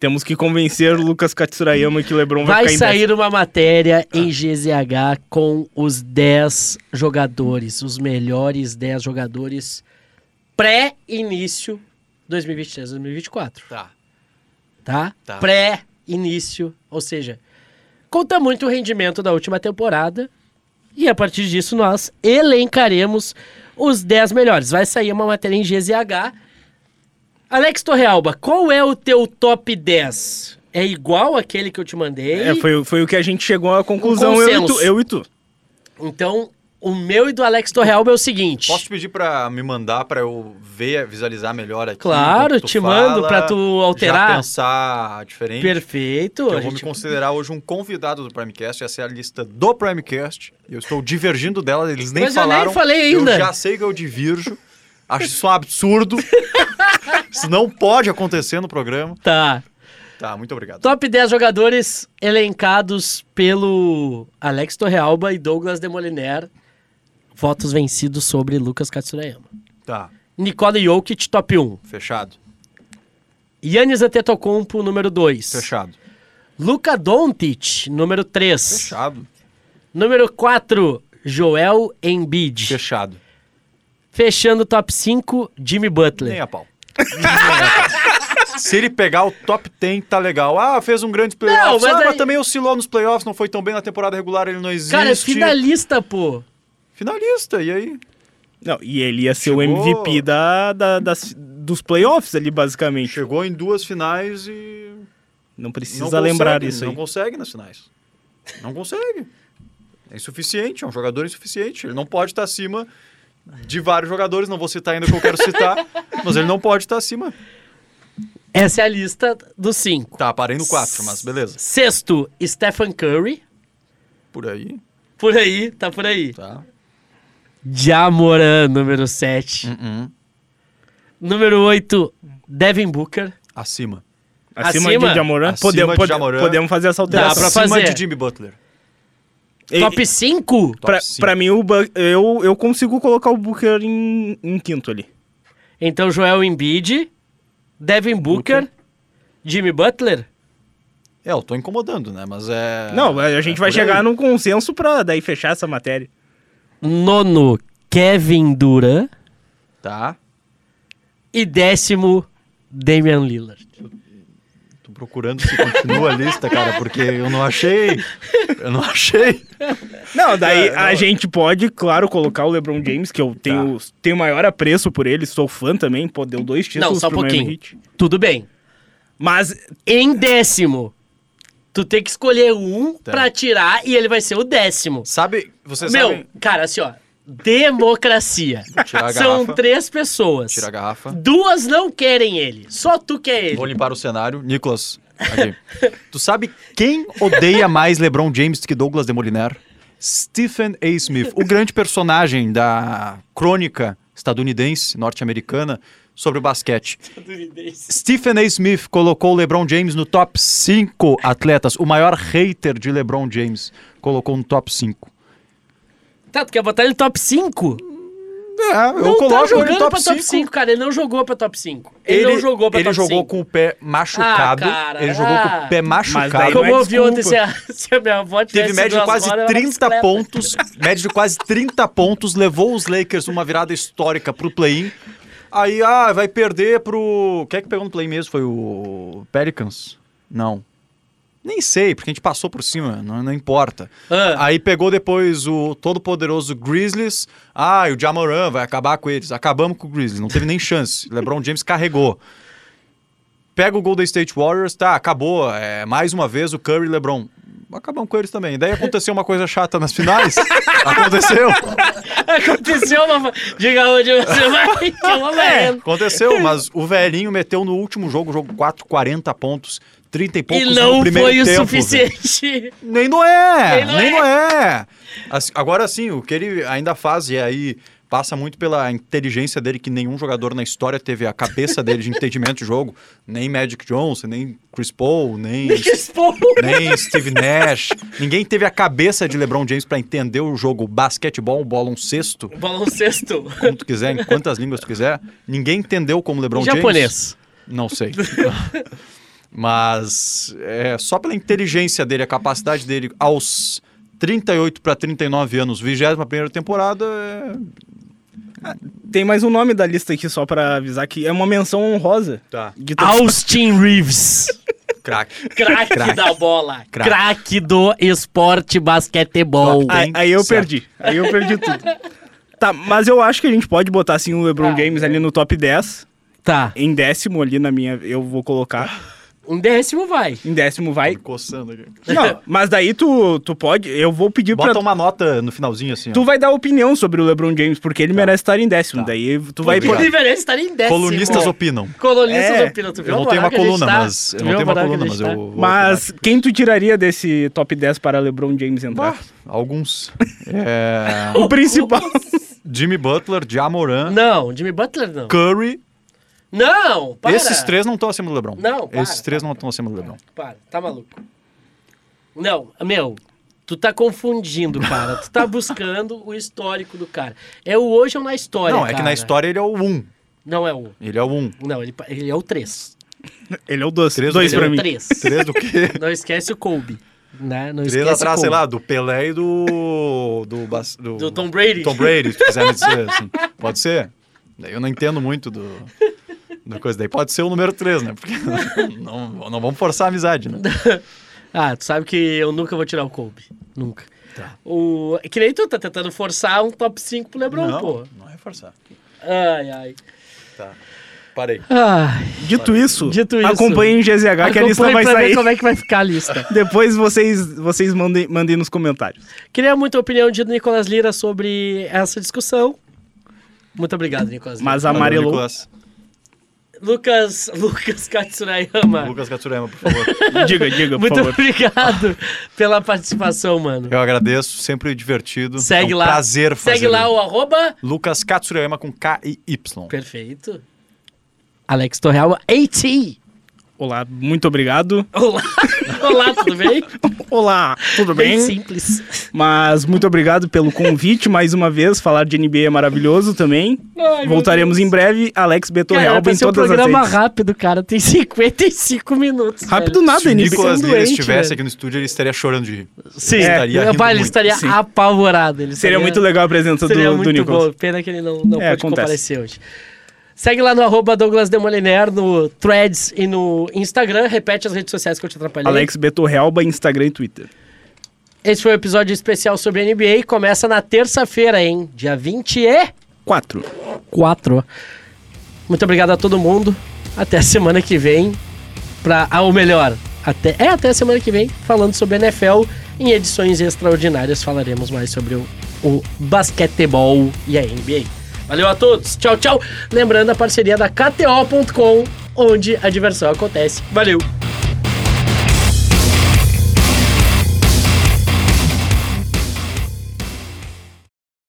[SPEAKER 5] Temos que convencer o Lucas Katsurayama que LeBron vai,
[SPEAKER 3] vai
[SPEAKER 5] ficar em Ah.
[SPEAKER 3] sair uma matéria em GZH com os 10 jogadores, os melhores 10 jogadores pré-início 2023, 2024.
[SPEAKER 4] Tá.
[SPEAKER 3] Tá?
[SPEAKER 4] Tá.
[SPEAKER 3] Pré-início, ou seja, conta muito o rendimento da última temporada e a partir disso nós elencaremos os 10 melhores. Vai sair uma matéria em GZH. Alex Torrealba, qual é o teu top 10? É igual aquele que eu te mandei?
[SPEAKER 5] É, foi, foi o que a gente chegou à conclusão,
[SPEAKER 3] Um
[SPEAKER 5] eu e,
[SPEAKER 3] consenso.
[SPEAKER 5] tu, eu e tu.
[SPEAKER 3] Então, o meu e do Alex Torrealba é o seguinte.
[SPEAKER 4] Posso te pedir pra me mandar pra eu ver, visualizar melhor aqui?
[SPEAKER 3] Claro,
[SPEAKER 4] enquanto tu
[SPEAKER 3] te mando pra tu
[SPEAKER 4] já
[SPEAKER 3] alterar.
[SPEAKER 4] pensar diferente.
[SPEAKER 3] Perfeito.
[SPEAKER 4] Que
[SPEAKER 3] a
[SPEAKER 4] eu vou me
[SPEAKER 3] gente-
[SPEAKER 4] considerar hoje um convidado do Primecast. Essa é a lista do Primecast. Eu estou divergindo dela, eles nem
[SPEAKER 3] Mas eu nem
[SPEAKER 4] falaram.
[SPEAKER 3] falei ainda.
[SPEAKER 4] Eu já sei que eu divirjo. Acho isso um absurdo. isso não pode acontecer no programa.
[SPEAKER 3] Tá.
[SPEAKER 4] Tá, muito obrigado.
[SPEAKER 3] Top 10 jogadores elencados pelo Alex Torrealba e Douglas Demoliner. Votos vencidos sobre Lucas Katsurayama.
[SPEAKER 4] Tá,
[SPEAKER 3] Nikola Jokic, top 1.
[SPEAKER 4] fechado.
[SPEAKER 3] Yannis Antetokounmpo, número 2.
[SPEAKER 4] Fechado.
[SPEAKER 3] Luka Doncic, número 3.
[SPEAKER 4] Fechado.
[SPEAKER 3] Número 4, Joel Embiid.
[SPEAKER 4] Fechado.
[SPEAKER 3] Fechando o top 5, Jimmy Butler.
[SPEAKER 4] Nem a pau. Nem a pau. Se ele pegar o top 10, tá legal. Ah, fez um grande playoffs.
[SPEAKER 3] mas
[SPEAKER 4] ah, mas
[SPEAKER 3] aí-
[SPEAKER 4] também oscilou nos playoffs, não foi tão bem na temporada regular, ele não existe.
[SPEAKER 3] Cara, é finalista, pô.
[SPEAKER 4] Finalista, e aí?
[SPEAKER 5] Não, e ele ia ser o
[SPEAKER 4] Chegou.
[SPEAKER 5] MVP da, da- das, dos playoffs ali, basicamente.
[SPEAKER 4] Chegou em duas finais e.
[SPEAKER 5] Não precisa
[SPEAKER 4] não
[SPEAKER 5] lembrar
[SPEAKER 4] consegue,
[SPEAKER 5] isso
[SPEAKER 4] não
[SPEAKER 5] aí.
[SPEAKER 4] consegue nas finais. Não consegue. É insuficiente, é um jogador insuficiente. Ele não pode estar acima de vários jogadores, não vou citar ainda o que eu quero citar, mas ele não pode estar acima.
[SPEAKER 3] Essa é a lista dos 5.
[SPEAKER 4] Tá, parei no 4, mas beleza.
[SPEAKER 3] Sexto, Stephen Curry.
[SPEAKER 4] Por aí,
[SPEAKER 3] Por aí, tá por aí.
[SPEAKER 4] tá.
[SPEAKER 3] Jamoran, número
[SPEAKER 4] Hum.
[SPEAKER 3] 7.
[SPEAKER 5] Uh-uh.
[SPEAKER 3] Número 8, Devin Booker.
[SPEAKER 4] Acima.
[SPEAKER 5] Acima,
[SPEAKER 3] Acima?
[SPEAKER 5] de Jamoran,
[SPEAKER 4] Acima
[SPEAKER 5] podemos,
[SPEAKER 4] de
[SPEAKER 5] pode-
[SPEAKER 4] Jamoran.
[SPEAKER 5] podemos fazer essa
[SPEAKER 3] Dá
[SPEAKER 5] alteração.
[SPEAKER 3] pra
[SPEAKER 4] acima
[SPEAKER 3] fazer.
[SPEAKER 4] de Jimmy Butler.
[SPEAKER 5] E-
[SPEAKER 3] Top 5?
[SPEAKER 4] Top
[SPEAKER 5] pra,
[SPEAKER 4] cinco.
[SPEAKER 5] pra mim, o Bu- eu, eu consigo colocar o Booker em, em quinto ali.
[SPEAKER 3] Então, Joel Embiid, Devin Booker, Jimmy Butler.
[SPEAKER 4] É, eu tô incomodando, né? Mas é.
[SPEAKER 3] Ah,
[SPEAKER 5] Não, a gente
[SPEAKER 4] é
[SPEAKER 5] vai
[SPEAKER 4] por aí.
[SPEAKER 5] chegar num consenso pra daí fechar essa matéria.
[SPEAKER 3] Nono, Kevin Durant.
[SPEAKER 4] Tá.
[SPEAKER 3] E décimo, Damian Lillard.
[SPEAKER 4] Tô procurando se continua a lista, cara, porque eu não achei. Eu não achei.
[SPEAKER 5] Não, daí a gente pode, claro, colocar o LeBron James, que eu
[SPEAKER 3] Tá.
[SPEAKER 5] tenho, tenho maior apreço por ele, sou fã também, pô, deu dois títulos
[SPEAKER 3] Não, só um
[SPEAKER 5] pro Miami
[SPEAKER 3] pouquinho.
[SPEAKER 5] Heat.
[SPEAKER 3] Tudo bem.
[SPEAKER 5] Mas
[SPEAKER 3] Em décimo, tu tem que escolher um pra tirar e ele vai ser o décimo.
[SPEAKER 4] Sabe, vocês
[SPEAKER 3] Meu,
[SPEAKER 4] sabem...
[SPEAKER 3] cara, assim, ó. Democracia.
[SPEAKER 4] Tirar a
[SPEAKER 3] São
[SPEAKER 4] garrafa.
[SPEAKER 3] três pessoas.
[SPEAKER 4] Tira a garrafa.
[SPEAKER 3] Duas não querem ele. Só tu quer ele.
[SPEAKER 4] Vou limpar o cenário. Nicolas, aqui. tu sabe quem odeia mais LeBron James do que Douglas Demoliner? Stephen A. Smith, o grande personagem da crônica estadunidense, norte-americana, sobre o basquete. Stephen A. Smith colocou o LeBron James no top 5 atletas, o maior hater de LeBron James. Colocou no top 5.
[SPEAKER 3] Tá, tu quer botar ele no top 5?
[SPEAKER 4] É, eu
[SPEAKER 3] não tá
[SPEAKER 4] coloco ele
[SPEAKER 3] jogando
[SPEAKER 4] no top
[SPEAKER 3] pra top
[SPEAKER 4] 5.
[SPEAKER 3] 5, cara. Ele não jogou pra top 5. Ele, não jogou pra
[SPEAKER 4] Ele
[SPEAKER 3] top 5.
[SPEAKER 4] jogou com o pé machucado.
[SPEAKER 3] cara,
[SPEAKER 4] ele jogou com
[SPEAKER 3] ah.
[SPEAKER 4] o pé machucado.
[SPEAKER 5] não
[SPEAKER 3] Como
[SPEAKER 5] é
[SPEAKER 3] eu ouvi
[SPEAKER 5] desculpa.
[SPEAKER 3] ontem, se a, se a minha avó tivesse
[SPEAKER 4] Teve média
[SPEAKER 3] duas
[SPEAKER 4] de quase
[SPEAKER 3] bolas, ela era
[SPEAKER 4] 30
[SPEAKER 3] bicicleta.
[SPEAKER 4] pontos. Média de quase 30 pontos. Levou os Lakers numa virada histórica pro play-in. Aí, ah, vai perder pro. Quem é que pegou no play mesmo? Foi o Pelicans? Não. Nem sei, porque a gente passou por cima, não, não importa.
[SPEAKER 3] Ah.
[SPEAKER 4] Aí pegou depois o todo-poderoso Grizzlies. Ah, e o Jamoran vai acabar com eles. Acabamos com o Grizzlies, não teve nem chance. LeBron James carregou. Pega o Golden State Warriors, tá, acabou. É, mais uma vez o Curry e LeBron. Acabamos com eles também. Daí aconteceu uma coisa chata nas finais. aconteceu.
[SPEAKER 3] Aconteceu uma... Diga onde você vai, que eu não lembro.
[SPEAKER 4] É, Aconteceu, mas o velhinho meteu no último jogo, jogo 4, 40 pontos, 30 e
[SPEAKER 3] E
[SPEAKER 4] poucos no
[SPEAKER 3] não
[SPEAKER 4] primeiro
[SPEAKER 3] foi o
[SPEAKER 4] tempo, velho.
[SPEAKER 3] suficiente.
[SPEAKER 4] Nem Noé!
[SPEAKER 3] Nem Noé.
[SPEAKER 4] Nem Noé! As- Agora sim, o que ele ainda faz, e aí passa muito pela inteligência dele, que nenhum jogador na história teve a cabeça dele de entendimento de jogo. Nem Magic Johnson, nem Chris Paul, nem,
[SPEAKER 3] Expor.
[SPEAKER 4] nem Steve Nash. Ninguém teve a cabeça de LeBron James para entender o jogo basquetebol, bola um cesto,
[SPEAKER 3] Baloncesto.
[SPEAKER 4] como tu quiser, em quantas línguas tu quiser. Ninguém entendeu como LeBron James...
[SPEAKER 3] Japonês.
[SPEAKER 4] Não sei. Mas é, só pela inteligência dele, a capacidade dele aos 38 para 39 anos, 21 temporada, é...
[SPEAKER 5] tem mais um nome da lista aqui só pra avisar que é uma menção honrosa.
[SPEAKER 4] Tá.
[SPEAKER 5] De torcida.
[SPEAKER 3] Austin Reeves.
[SPEAKER 4] craque.
[SPEAKER 3] Craque da bola.
[SPEAKER 4] Craque.
[SPEAKER 3] Craque do esporte basquetebol.
[SPEAKER 4] Top
[SPEAKER 5] Aí,
[SPEAKER 4] Tem,
[SPEAKER 5] aí eu
[SPEAKER 4] certo.
[SPEAKER 5] perdi. Aí eu perdi tudo. Tá, mas eu acho que a gente pode botar assim o LeBron James ali no top 10.
[SPEAKER 3] Tá.
[SPEAKER 5] Em décimo ali na minha, eu vou colocar.
[SPEAKER 3] Um décimo vai.
[SPEAKER 5] Em décimo vai.
[SPEAKER 4] Coçando aqui.
[SPEAKER 5] Não, mas daí tu, tu pode. Eu vou pedir pra
[SPEAKER 4] Bota uma nota no finalzinho assim.
[SPEAKER 5] Tu vai dar opinião sobre o LeBron James, porque ele merece estar em décimo. Daí tu vai.
[SPEAKER 4] obrigado.
[SPEAKER 5] pôr-
[SPEAKER 3] Ele merece estar tá em
[SPEAKER 4] ó.
[SPEAKER 3] décimo.
[SPEAKER 4] Colunistas opinam.
[SPEAKER 3] Colunistas
[SPEAKER 5] É,
[SPEAKER 3] opinam. Tu viu
[SPEAKER 4] Eu não
[SPEAKER 3] o
[SPEAKER 4] tenho uma
[SPEAKER 3] buraco que a gente
[SPEAKER 4] coluna,
[SPEAKER 3] tá?
[SPEAKER 4] mas. Eu
[SPEAKER 3] Tu
[SPEAKER 4] não
[SPEAKER 3] viu
[SPEAKER 4] tenho
[SPEAKER 3] o
[SPEAKER 4] uma
[SPEAKER 3] buraco que a
[SPEAKER 4] coluna, mas
[SPEAKER 3] gente
[SPEAKER 4] eu.
[SPEAKER 3] tá?
[SPEAKER 4] vou-
[SPEAKER 5] Mas quem tu tiraria desse top 10 para LeBron James entrar?
[SPEAKER 4] Ah, alguns. É,
[SPEAKER 5] O principal.
[SPEAKER 4] Jimmy Butler, Jamoran,
[SPEAKER 3] tá? Não, Jimmy Butler não.
[SPEAKER 4] Curry.
[SPEAKER 3] Não, para.
[SPEAKER 4] Esses três não estão acima do LeBron.
[SPEAKER 3] Não, para,
[SPEAKER 4] Esses três não estão acima do LeBron.
[SPEAKER 3] Para, tá maluco. Não, meu, tu tá confundindo, cara. Tu tá buscando o histórico do cara. É o hoje ou na história,
[SPEAKER 4] não, é que
[SPEAKER 3] cara.
[SPEAKER 4] na história ele é o um.
[SPEAKER 3] Não é o...
[SPEAKER 4] Ele é o um.
[SPEAKER 3] Não, ele, ele é o 3.
[SPEAKER 5] Ele é o dois.
[SPEAKER 4] Três
[SPEAKER 5] dois
[SPEAKER 4] ou
[SPEAKER 3] Ele
[SPEAKER 5] pra
[SPEAKER 3] é o
[SPEAKER 5] mim.
[SPEAKER 3] 3.
[SPEAKER 4] Três do quê?
[SPEAKER 3] Não esquece o Kobe. Né? Não
[SPEAKER 4] Três
[SPEAKER 3] esquece o
[SPEAKER 4] atrás,
[SPEAKER 3] Kobe.
[SPEAKER 4] sei lá, do Pelé e do. Do, Bas- do,
[SPEAKER 3] Do Tom Brady.
[SPEAKER 4] Tom Brady, se quiser me dizer assim. Pode ser? Daí Eu não entendo muito do. do coisa daí. Pode ser o número 3, né? Porque não, não vamos forçar a amizade, né?
[SPEAKER 3] Ah, tu sabe que eu nunca vou tirar o Kobe. Nunca.
[SPEAKER 5] Tá.
[SPEAKER 3] O... é Que nem tu tá tentando forçar um top 5 pro Lebron, pô.
[SPEAKER 4] Não, não é forçar.
[SPEAKER 3] Ai, ai.
[SPEAKER 4] Parei.
[SPEAKER 3] Ai.
[SPEAKER 5] Dito isso,
[SPEAKER 3] Dito isso.
[SPEAKER 5] acompanhem GZH que a lista
[SPEAKER 3] Acompanhe
[SPEAKER 5] vai
[SPEAKER 3] pra ver
[SPEAKER 5] sair.
[SPEAKER 3] como é que vai ficar a lista.
[SPEAKER 5] Depois vocês, vocês mandem, mandem nos comentários.
[SPEAKER 3] Queria muito a opinião de Nicolas Lira sobre essa discussão. Muito obrigado, Nicolas Lira.
[SPEAKER 5] Mas amarelou.
[SPEAKER 4] Nicolas,
[SPEAKER 3] Lucas, Lucas
[SPEAKER 5] Ah.
[SPEAKER 3] Katsurayama,
[SPEAKER 4] Lucas Katsurema, por favor.
[SPEAKER 5] Diga, diga, por
[SPEAKER 3] muito
[SPEAKER 5] favor. É
[SPEAKER 3] obrigado pela participação, mano.
[SPEAKER 4] Eu agradeço, sempre divertido.
[SPEAKER 3] Segue
[SPEAKER 4] é um
[SPEAKER 3] lá.
[SPEAKER 4] Prazer fazer.
[SPEAKER 3] Segue lá o arroba.
[SPEAKER 4] Lucas Katsurema com K e Y.
[SPEAKER 3] Perfeito. Alex Torreal, AT.
[SPEAKER 5] Olá, muito obrigado.
[SPEAKER 3] Olá. Olá, tudo bem?
[SPEAKER 5] Olá, tudo
[SPEAKER 3] Bem
[SPEAKER 5] bem?
[SPEAKER 3] simples.
[SPEAKER 5] Mas muito obrigado pelo convite mais uma vez. Falar de NBA é maravilhoso também.
[SPEAKER 3] Ai, meu
[SPEAKER 5] Voltaremos
[SPEAKER 3] Deus.
[SPEAKER 5] em breve. Alex Beto
[SPEAKER 3] Cara,
[SPEAKER 5] Real
[SPEAKER 3] vai
[SPEAKER 5] em
[SPEAKER 3] ser um
[SPEAKER 5] todas as
[SPEAKER 3] programa
[SPEAKER 5] redes.
[SPEAKER 3] rápido, cara. Tem 55 minutos.
[SPEAKER 5] Rápido
[SPEAKER 3] velho.
[SPEAKER 5] nada,
[SPEAKER 4] Se o
[SPEAKER 5] NBA.
[SPEAKER 4] Nicolas Lira
[SPEAKER 3] doente,
[SPEAKER 4] estivesse
[SPEAKER 3] velho.
[SPEAKER 4] aqui no estúdio, ele estaria chorando de rir.
[SPEAKER 3] Sim,
[SPEAKER 4] Estaria
[SPEAKER 3] é,
[SPEAKER 4] rindo
[SPEAKER 3] vai, ele
[SPEAKER 4] muito,
[SPEAKER 3] estaria
[SPEAKER 5] sim.
[SPEAKER 3] apavorado. Ele
[SPEAKER 5] Seria
[SPEAKER 3] estaria-
[SPEAKER 5] muito legal a presença
[SPEAKER 3] Seria
[SPEAKER 5] do, do
[SPEAKER 3] muito
[SPEAKER 5] Nicolas.
[SPEAKER 3] bom. Pena que ele não, não
[SPEAKER 5] É, acontece.
[SPEAKER 3] pôde comparecer hoje. Segue lá no arroba Douglas Demoliner, no Threads e no Instagram. Repete as redes sociais que eu te atrapalhei.
[SPEAKER 5] Alex Beto Realba, Instagram e Twitter.
[SPEAKER 3] Esse foi o episódio especial sobre NBA. Começa na terça-feira, hein? Dia 24.
[SPEAKER 5] 4.
[SPEAKER 3] Muito obrigado a todo mundo. Até a semana que vem. Pra, ah, ou melhor, até, é até a semana que vem, falando sobre NFL. Em edições extraordinárias falaremos mais sobre o, o basquetebol e a NBA. Valeu a todos. Tchau, tchau. Lembrando a parceria da KTO.com, onde a diversão acontece. Valeu.